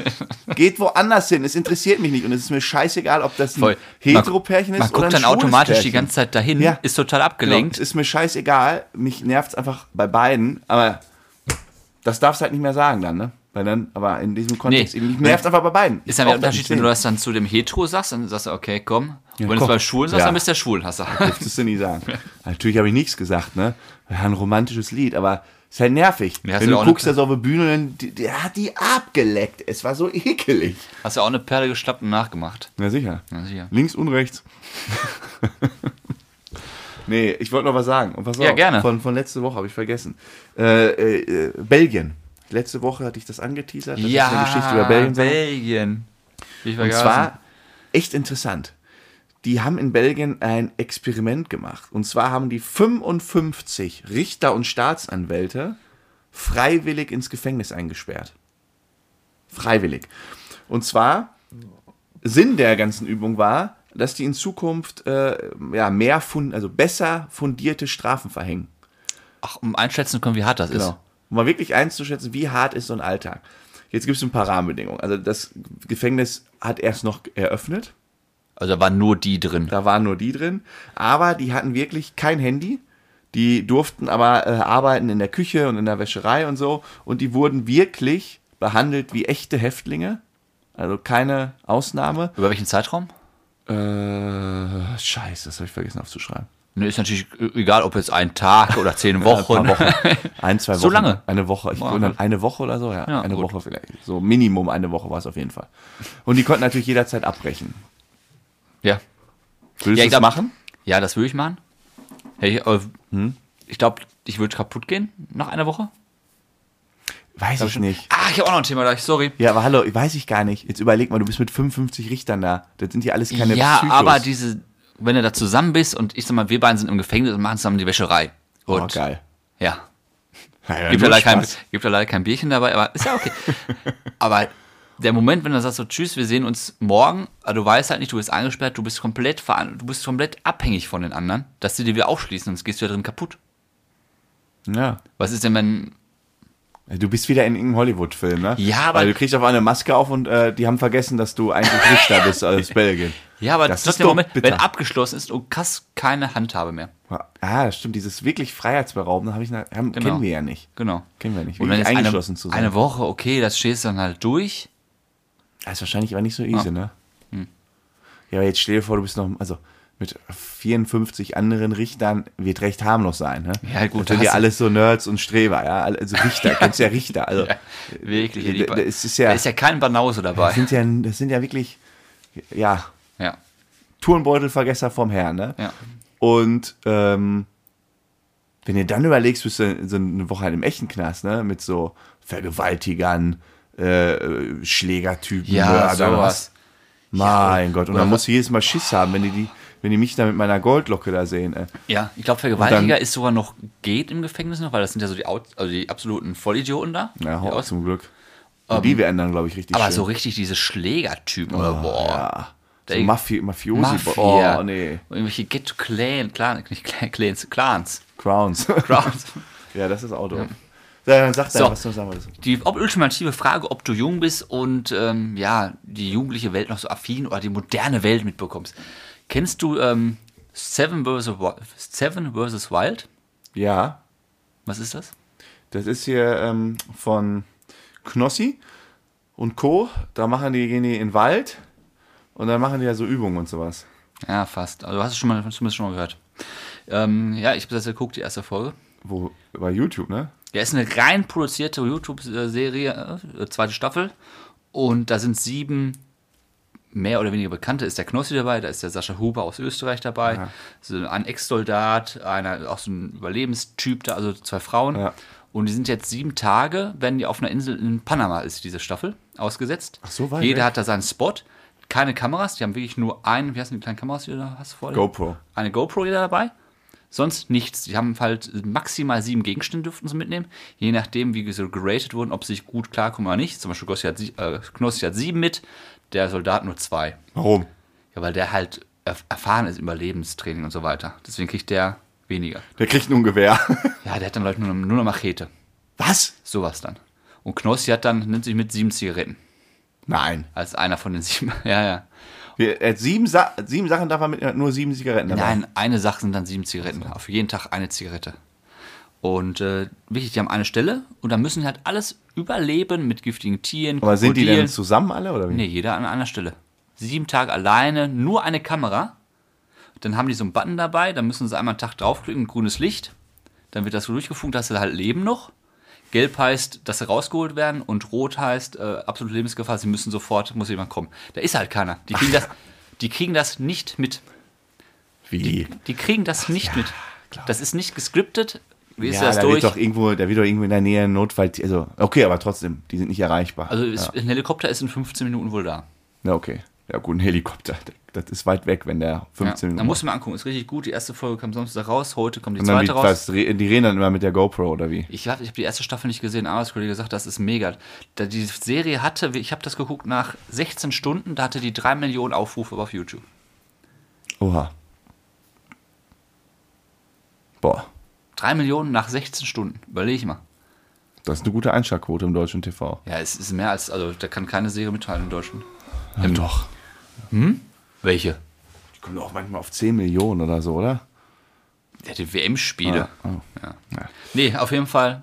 Speaker 1: Geht woanders hin. Es interessiert mich nicht. Und es ist mir scheißegal, ob das ein
Speaker 2: Voll.
Speaker 1: Hetero-Pärchen ist
Speaker 2: Man
Speaker 1: oder
Speaker 2: guckt
Speaker 1: ein
Speaker 2: dann
Speaker 1: schwules
Speaker 2: automatisch die
Speaker 1: Pärchen.
Speaker 2: ganze Zeit dahin,
Speaker 1: Ja.
Speaker 2: ist total
Speaker 1: Genau,
Speaker 2: abgelenkt.
Speaker 1: es ist mir scheißegal. Mich nervt es einfach bei beiden. Aber das darfst du halt nicht mehr sagen dann, ne? Weil dann, aber in diesem Kontext
Speaker 2: Nee.
Speaker 1: eben, mich nervt einfach bei beiden.
Speaker 2: Ist dann der Unterschied, wenn du das dann zu dem Hetero sagst, dann sagst du, okay, komm. Und wenn du es
Speaker 1: komm.
Speaker 2: bei Schwulen sagst,
Speaker 1: Ja.
Speaker 2: dann bist du der Schwulenhasser.
Speaker 1: Dürftest du nie sagen. Natürlich habe ich nichts gesagt, ne? Ja, ein romantisches Lied, aber ist halt nervig.
Speaker 2: Mir hast
Speaker 1: wenn
Speaker 2: du
Speaker 1: du
Speaker 2: auch
Speaker 1: guckst,
Speaker 2: eine-
Speaker 1: da so auf der Bühne, dann, die- der hat die abgeleckt. Es war so ekelig.
Speaker 2: Hast ja auch eine Perle geschlappt und nachgemacht.
Speaker 1: Na sicher.
Speaker 2: Na sicher.
Speaker 1: Links und rechts. nee, ich wollte noch was sagen. Und pass
Speaker 2: Ja,
Speaker 1: auf,
Speaker 2: gerne.
Speaker 1: Von, von letzte Woche habe ich vergessen. Äh, äh, äh, Belgien. Letzte Woche hatte ich das angeteasert. dass ich eine Geschichte über Belgien. sage.
Speaker 2: Belgien. Ich
Speaker 1: Und
Speaker 2: also-
Speaker 1: zwar echt interessant. Die haben in Belgien ein Experiment gemacht. Und zwar haben die 55 Richter und Staatsanwälte freiwillig ins Gefängnis eingesperrt. Freiwillig. Und zwar, Sinn der ganzen Übung war, dass die in Zukunft äh, ja, mehr fun also besser fundierte Strafen verhängen.
Speaker 2: Ach, um einschätzen zu können, wie hart das ist.
Speaker 1: Genau. Um mal wirklich einzuschätzen, wie hart ist so ein Alltag. Jetzt gibt es ein paar Rahmenbedingungen. Also das Gefängnis hat erst noch eröffnet.
Speaker 2: Also da waren nur die drin.
Speaker 1: Da waren nur die drin. Aber die hatten wirklich kein Handy. Die durften aber äh, arbeiten in der Küche und in der Wäscherei und so. Und die wurden wirklich behandelt wie echte Häftlinge. Also keine Ausnahme.
Speaker 2: Über welchen Zeitraum?
Speaker 1: Äh, scheiße, das habe ich vergessen aufzuschreiben.
Speaker 2: Ne, ist natürlich egal, ob jetzt ein Tag oder zehn Wochen.
Speaker 1: Ein, paar Wochen. ein zwei Wochen.
Speaker 2: So lange?
Speaker 1: Eine Woche. Ich
Speaker 2: Boah,
Speaker 1: glaube,
Speaker 2: gut.
Speaker 1: eine Woche oder so. Ja,
Speaker 2: Ja,
Speaker 1: eine
Speaker 2: gut.
Speaker 1: Woche vielleicht. So Minimum eine Woche war es auf jeden Fall. Und die konnten natürlich jederzeit abbrechen.
Speaker 2: ja.
Speaker 1: Würdest
Speaker 2: Ja,
Speaker 1: du
Speaker 2: ich
Speaker 1: es
Speaker 2: glaub-
Speaker 1: machen? Hm?
Speaker 2: Ja, das würde ich machen. Hey, äh, Ich glaube, ich würde kaputt gehen nach einer Woche.
Speaker 1: Weiß ich nicht.
Speaker 2: Ah, ich habe auch noch ein Thema gleich, sorry.
Speaker 1: Ja, aber hallo, ich weiß ich gar nicht. Jetzt überleg mal, du bist mit 55 Richtern da. Das sind ja alles keine
Speaker 2: ja,
Speaker 1: Psychos.
Speaker 2: aber diese, wenn du da zusammen bist und ich sag mal, wir beiden sind im Gefängnis und machen zusammen die Wäscherei. Und
Speaker 1: Oh, geil.
Speaker 2: ja,
Speaker 1: Ja, ja,
Speaker 2: gibt
Speaker 1: nur
Speaker 2: ja, leider kein,
Speaker 1: Spaß.
Speaker 2: gibt ja leider kein Bierchen dabei, aber ist ja okay. aber der Moment, wenn du sagst so, tschüss, wir sehen uns morgen, aber du weißt halt nicht, du bist eingesperrt, du bist komplett veran du bist komplett abhängig von den anderen, dass die dir wieder aufschließen, sonst gehst du ja drin kaputt.
Speaker 1: Ja.
Speaker 2: Was ist denn, wenn,
Speaker 1: Du bist wieder in irgendeinem Hollywood-Film, ne?
Speaker 2: Ja, aber-
Speaker 1: Weil du kriegst auf einmal eine Maske auf und äh, die haben vergessen, dass du eigentlich Richter bist also aus Belgien.
Speaker 2: ja, aber
Speaker 1: Das
Speaker 2: das,
Speaker 1: ist
Speaker 2: ist der
Speaker 1: doch
Speaker 2: Moment,
Speaker 1: bitter.
Speaker 2: wenn abgeschlossen ist und krass keine Handhabe mehr.
Speaker 1: Ah, stimmt, dieses wirklich Freiheitsberauben habe ich na, haben,
Speaker 2: Genau.
Speaker 1: kennen wir ja nicht.
Speaker 2: Genau.
Speaker 1: Kennen wir nicht.
Speaker 2: Und wenn
Speaker 1: Wirklich
Speaker 2: jetzt
Speaker 1: eingeschlossen
Speaker 2: eine,
Speaker 1: zu sein.
Speaker 2: eine Woche, okay, das stehst du dann halt durch.
Speaker 1: Das Ah, ist wahrscheinlich aber nicht so easy,
Speaker 2: Ah.
Speaker 1: ne? Ja, aber jetzt stell dir vor, du bist noch, also mit 54 anderen Richtern wird recht harmlos sein, ne?
Speaker 2: Ja, gut,
Speaker 1: Das sind
Speaker 2: hast
Speaker 1: ja
Speaker 2: du-
Speaker 1: alles so Nerds und Streber, ja? Also Richter, kennst ja Richter, also.
Speaker 2: Ja, wirklich.
Speaker 1: Da-
Speaker 2: Die-
Speaker 1: Äh, da- es ist ja-
Speaker 2: da ist ja kein Banause
Speaker 1: Das
Speaker 2: dabei.
Speaker 1: sind ja, das sind ja wirklich, ja,
Speaker 2: Ja.
Speaker 1: Turnbeutelvergesser vom Herrn, ne?
Speaker 2: Ja.
Speaker 1: Und ähm, wenn ihr dann überlegst, bist du so eine Woche halt im echten Knast, ne? Mit so Vergewaltigern, äh, Schlägertypen,
Speaker 2: Ja,
Speaker 1: Mördern,
Speaker 2: sowas.
Speaker 1: Mein Gott, und
Speaker 2: oder
Speaker 1: dann
Speaker 2: wa-
Speaker 1: musst du jedes Mal Schiss haben, wenn die, die, wenn die mich da mit meiner Goldlocke da sehen. Ey.
Speaker 2: Ja, ich glaube, Vergewaltiger
Speaker 1: dann-
Speaker 2: ist sogar noch, geht im Gefängnis noch, weil das sind ja so die, Out, also die absoluten Vollidioten da.
Speaker 1: Ja,
Speaker 2: die
Speaker 1: hau
Speaker 2: aus-
Speaker 1: zum Glück. Und die werden dann, glaube ich, richtig
Speaker 2: Ähm, aber
Speaker 1: schön.
Speaker 2: so richtig diese Schlägertypen oder boah.
Speaker 1: Ah, ja. so
Speaker 2: Der-
Speaker 1: Mafi Mafiosi.
Speaker 2: Mafia.
Speaker 1: Oh, nee.
Speaker 2: Und irgendwelche Ghetto-Clan, Clan, nicht Clan, Clans, Clans,
Speaker 1: Crowns.
Speaker 2: Crowds.
Speaker 1: ja, das ist auch doof. Ja. Dann sag dann,
Speaker 2: So.
Speaker 1: was du sagen wolltest.
Speaker 2: Die ob- ultimative Frage, ob du jung bist und ähm, ja, die jugendliche Welt noch so affin oder die moderne Welt mitbekommst. Kennst du ähm, Seven, versus, Wi- Seven versus Wild?
Speaker 1: Ja,
Speaker 2: Was ist das?
Speaker 1: Das ist hier ähm, von Knossi und Co. Da machen die, gehen die in den Wald und dann machen die ja so Übungen und sowas.
Speaker 2: Ja, fast. Also du hast es schon mal, zumindest schon mal gehört. Ähm, ja, ich habe das geguckt, die erste Folge.
Speaker 1: Wo, bei YouTube, ne?
Speaker 2: Ja, ist eine rein produzierte YouTube-Serie, äh, zweite Staffel. Und da sind sieben mehr oder weniger Bekannte. Ist der Knossi dabei, da ist der Sascha Huber aus Österreich dabei, so ein Ex-Soldat, einer, auch so ein Überlebenstyp da, also zwei Frauen.
Speaker 1: Ja.
Speaker 2: Und die sind jetzt sieben Tage, werden die auf einer Insel in Panama, ist diese Staffel, ausgesetzt. Ach
Speaker 1: so, weit
Speaker 2: Jeder
Speaker 1: weg.
Speaker 2: hat da seinen Spot. Keine Kameras, die haben wirklich nur einen, wie heißen die kleinen Kameras, die du da hast vor dir?
Speaker 1: GoPro.
Speaker 2: Eine GoPro jeder dabei. Sonst nichts. Die haben halt maximal sieben Gegenstände dürften sie mitnehmen. Je nachdem, wie sie geratet wurden, ob sie sich gut klarkommen oder nicht. Zum Beispiel Knossi hat, sie- äh, Knossi hat sieben mit, der Soldat nur zwei.
Speaker 1: Warum?
Speaker 2: Ja, weil der halt erf- erfahren ist im Überlebenstraining und so weiter. Deswegen kriegt der weniger.
Speaker 1: Der kriegt ein Gewehr.
Speaker 2: Ja, der hat dann Leute nur, nur eine Machete.
Speaker 1: Was?
Speaker 2: Sowas dann. Und Knossi hat dann, nimmt sich mit sieben Zigaretten.
Speaker 1: Nein.
Speaker 2: Als einer von den sieben. Ja, ja.
Speaker 1: Wir, er hat sieben, Sa sieben Sachen darf er mit, er hat nur sieben Zigaretten dabei.
Speaker 2: Nein, eine Sache sind dann sieben Zigaretten. Auf jeden Tag eine Zigarette. Und äh, wichtig, die haben eine Stelle und dann müssen die halt alles überleben mit giftigen Tieren.
Speaker 1: Aber sind die
Speaker 2: Krokodilen.
Speaker 1: denn zusammen alle oder wie?
Speaker 2: Nee, jeder an einer Stelle. Sieben Tage alleine, nur eine Kamera. Dann haben die so einen Button dabei, dann müssen sie einmal einen Tag draufklicken, grünes Licht. Dann wird das so durchgefunkt, dass sie halt leben noch. Gelb heißt, dass sie rausgeholt werden und rot heißt, äh, absolute Lebensgefahr, sie müssen sofort, muss jemand kommen. Da ist halt keiner. Die kriegen, das, die kriegen das nicht mit.
Speaker 1: Wie?
Speaker 2: Die kriegen das nicht mit. Das ist nicht gescriptet. Wie ist
Speaker 1: ja,
Speaker 2: das
Speaker 1: da
Speaker 2: durch?
Speaker 1: wird doch eh- irgendwo, da wird doch irgendwo in der Nähe ein Notfall. Also, okay, aber trotzdem, die sind nicht erreichbar.
Speaker 2: also
Speaker 1: ja.
Speaker 2: ist, ein Helikopter ist in 15 Minuten wohl da.
Speaker 1: Na, okay. Ja, gut, ein Helikopter. Das ist weit weg, wenn der
Speaker 2: Ja.
Speaker 1: 15
Speaker 2: Da muss man angucken. Ist richtig gut. Die erste Folge kam Samstag raus. Heute kommt die
Speaker 1: Und dann
Speaker 2: zweite
Speaker 1: wie,
Speaker 2: raus.
Speaker 1: was, re- die reden dann immer mit der GoPro oder wie?
Speaker 2: Ich habe ich hab die erste Staffel nicht gesehen. Ein Arbeitskollege gesagt, das ist mega. Da die Serie hatte, ich habe das geguckt nach 16 Stunden, da hatte die 3 Millionen Aufrufe auf YouTube.
Speaker 1: Oha. Boah,
Speaker 2: 3 Millionen nach 16 Stunden. Überlege ich mal.
Speaker 1: das ist eine gute Einschaltquote im deutschen TV.
Speaker 2: Ja, es ist mehr als, also da kann keine Serie mitteilen in Deutschland.
Speaker 1: Ja, doch.
Speaker 2: Welche?
Speaker 1: Ähm, Die kommen doch auch manchmal auf 10 Millionen oder so, oder?
Speaker 2: Ja, die WM-Spiele.
Speaker 1: Ah, ah.
Speaker 2: Ja. Nee, auf jeden Fall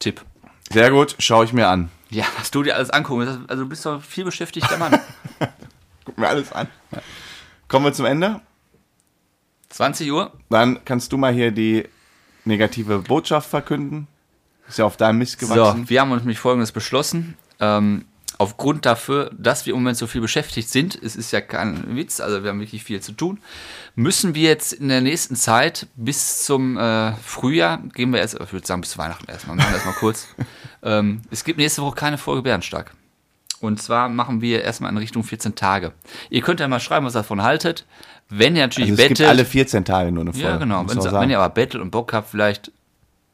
Speaker 2: Tipp.
Speaker 1: Sehr gut, schaue ich mir an.
Speaker 2: Ja, was du dir alles angucken. das- Also du bist doch ein viel beschäftigter Mann.
Speaker 1: Guck mir alles an. Kommen wir zum Ende.
Speaker 2: 20 Uhr.
Speaker 1: Dann kannst du mal hier die negative Botschaft verkünden. Ist ja auf deinem Mist gewachsen.
Speaker 2: So, wir haben uns nämlich Folgendes beschlossen. Ähm, aufgrund dafür, dass wir im Moment so viel beschäftigt sind, es ist ja kein Witz, also wir haben wirklich viel zu tun, müssen wir jetzt in der nächsten Zeit bis zum äh, Frühjahr, gehen wir erst, ich würde sagen bis Weihnachten erstmal, machen wir erstmal kurz. Ähm, es gibt nächste Woche keine Folge Bärenstark. Und zwar machen wir erstmal in Richtung 14 Tage. Ihr könnt ja mal schreiben, was ihr davon haltet. Wenn ihr natürlich
Speaker 1: Also es
Speaker 2: bettelt.
Speaker 1: gibt alle 14 Tage nur eine Folge.
Speaker 2: ja, genau.
Speaker 1: muss
Speaker 2: Wenn,
Speaker 1: man
Speaker 2: ihr-
Speaker 1: sagen.
Speaker 2: wenn ihr aber bettelt und Bock habt, vielleicht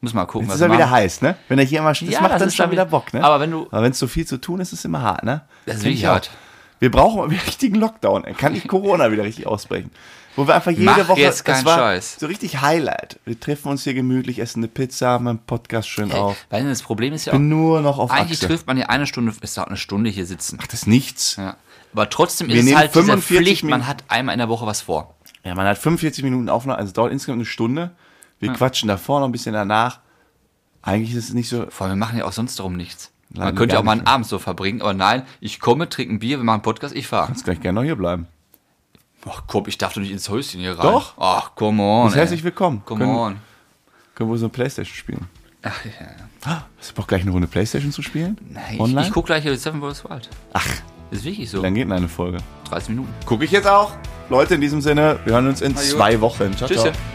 Speaker 2: muss man mal gucken,
Speaker 1: Jetzt
Speaker 2: was
Speaker 1: ist er
Speaker 2: wir
Speaker 1: wieder
Speaker 2: machen.
Speaker 1: heiß, ne? Wenn er hier immer das
Speaker 2: Ja,
Speaker 1: macht
Speaker 2: das
Speaker 1: dann
Speaker 2: ist
Speaker 1: schon
Speaker 2: dann
Speaker 1: wieder
Speaker 2: wieder-
Speaker 1: Bock, ne?
Speaker 2: aber wenn du-
Speaker 1: aber wenn es so viel zu tun ist, ist es immer hart, ne?
Speaker 2: Das ist
Speaker 1: Kenn ich
Speaker 2: wirklich hart.
Speaker 1: auch. Wir brauchen einen richtigen Lockdown. Dann kann ich Corona wieder richtig ausbrechen. Wo wir einfach jede
Speaker 2: Mach
Speaker 1: Woche
Speaker 2: jetzt
Speaker 1: das
Speaker 2: keinen
Speaker 1: war
Speaker 2: Scheiß.
Speaker 1: so richtig Highlight. Wir treffen uns hier gemütlich, essen eine Pizza, haben einen Podcast schön auf.
Speaker 2: Weil das Problem ist ja auch,
Speaker 1: Bin nur noch auf
Speaker 2: Eigentlich
Speaker 1: Achse.
Speaker 2: trifft man ja eine Stunde, ist auch eine Stunde hier sitzen.
Speaker 1: Das ist nichts.
Speaker 2: Ja. Aber trotzdem
Speaker 1: Wir
Speaker 2: ist es
Speaker 1: nehmen
Speaker 2: halt diese
Speaker 1: 45
Speaker 2: Pflicht, man
Speaker 1: Minuten-
Speaker 2: hat einmal in der Woche was vor.
Speaker 1: Ja, man hat 45 Minuten Aufnahme, also es dauert insgesamt eine Stunde. Wir quatschen davor noch ein bisschen danach. Eigentlich ist es nicht so.
Speaker 2: Vor allem, wir machen ja auch sonst darum nichts.
Speaker 1: Leider
Speaker 2: man könnte ja
Speaker 1: gar
Speaker 2: auch mal
Speaker 1: nicht.
Speaker 2: einen Abend so verbringen, aber nein, ich komme, trinke ein Bier, wir machen einen Podcast, ich fahre.
Speaker 1: Kannst gleich gerne noch hier bleiben.
Speaker 2: Ach komm, ich darf doch nicht ins Häuschen hier rein.
Speaker 1: Doch.
Speaker 2: Ach, come on.
Speaker 1: Bist
Speaker 2: ey.
Speaker 1: herzlich willkommen.
Speaker 2: Come
Speaker 1: Können-
Speaker 2: on.
Speaker 1: Können wir so ein Playstation spielen?
Speaker 2: Ach, ja, ja.
Speaker 1: Ah, Hast du Bock, gleich eine Runde Playstation zu spielen?
Speaker 2: Nein,
Speaker 1: Online?
Speaker 2: Ich, ich guck gleich hier Seven Worlds Wild.
Speaker 1: Ach,
Speaker 2: Ist wirklich so.
Speaker 1: wie lange geht denn eine Folge?
Speaker 2: 30 Minuten.
Speaker 1: Gucke ich jetzt auch. Leute, in diesem Sinne, wir hören uns in zwei Wochen. Ciao,
Speaker 2: Tschüss.
Speaker 1: ciao.
Speaker 2: ja.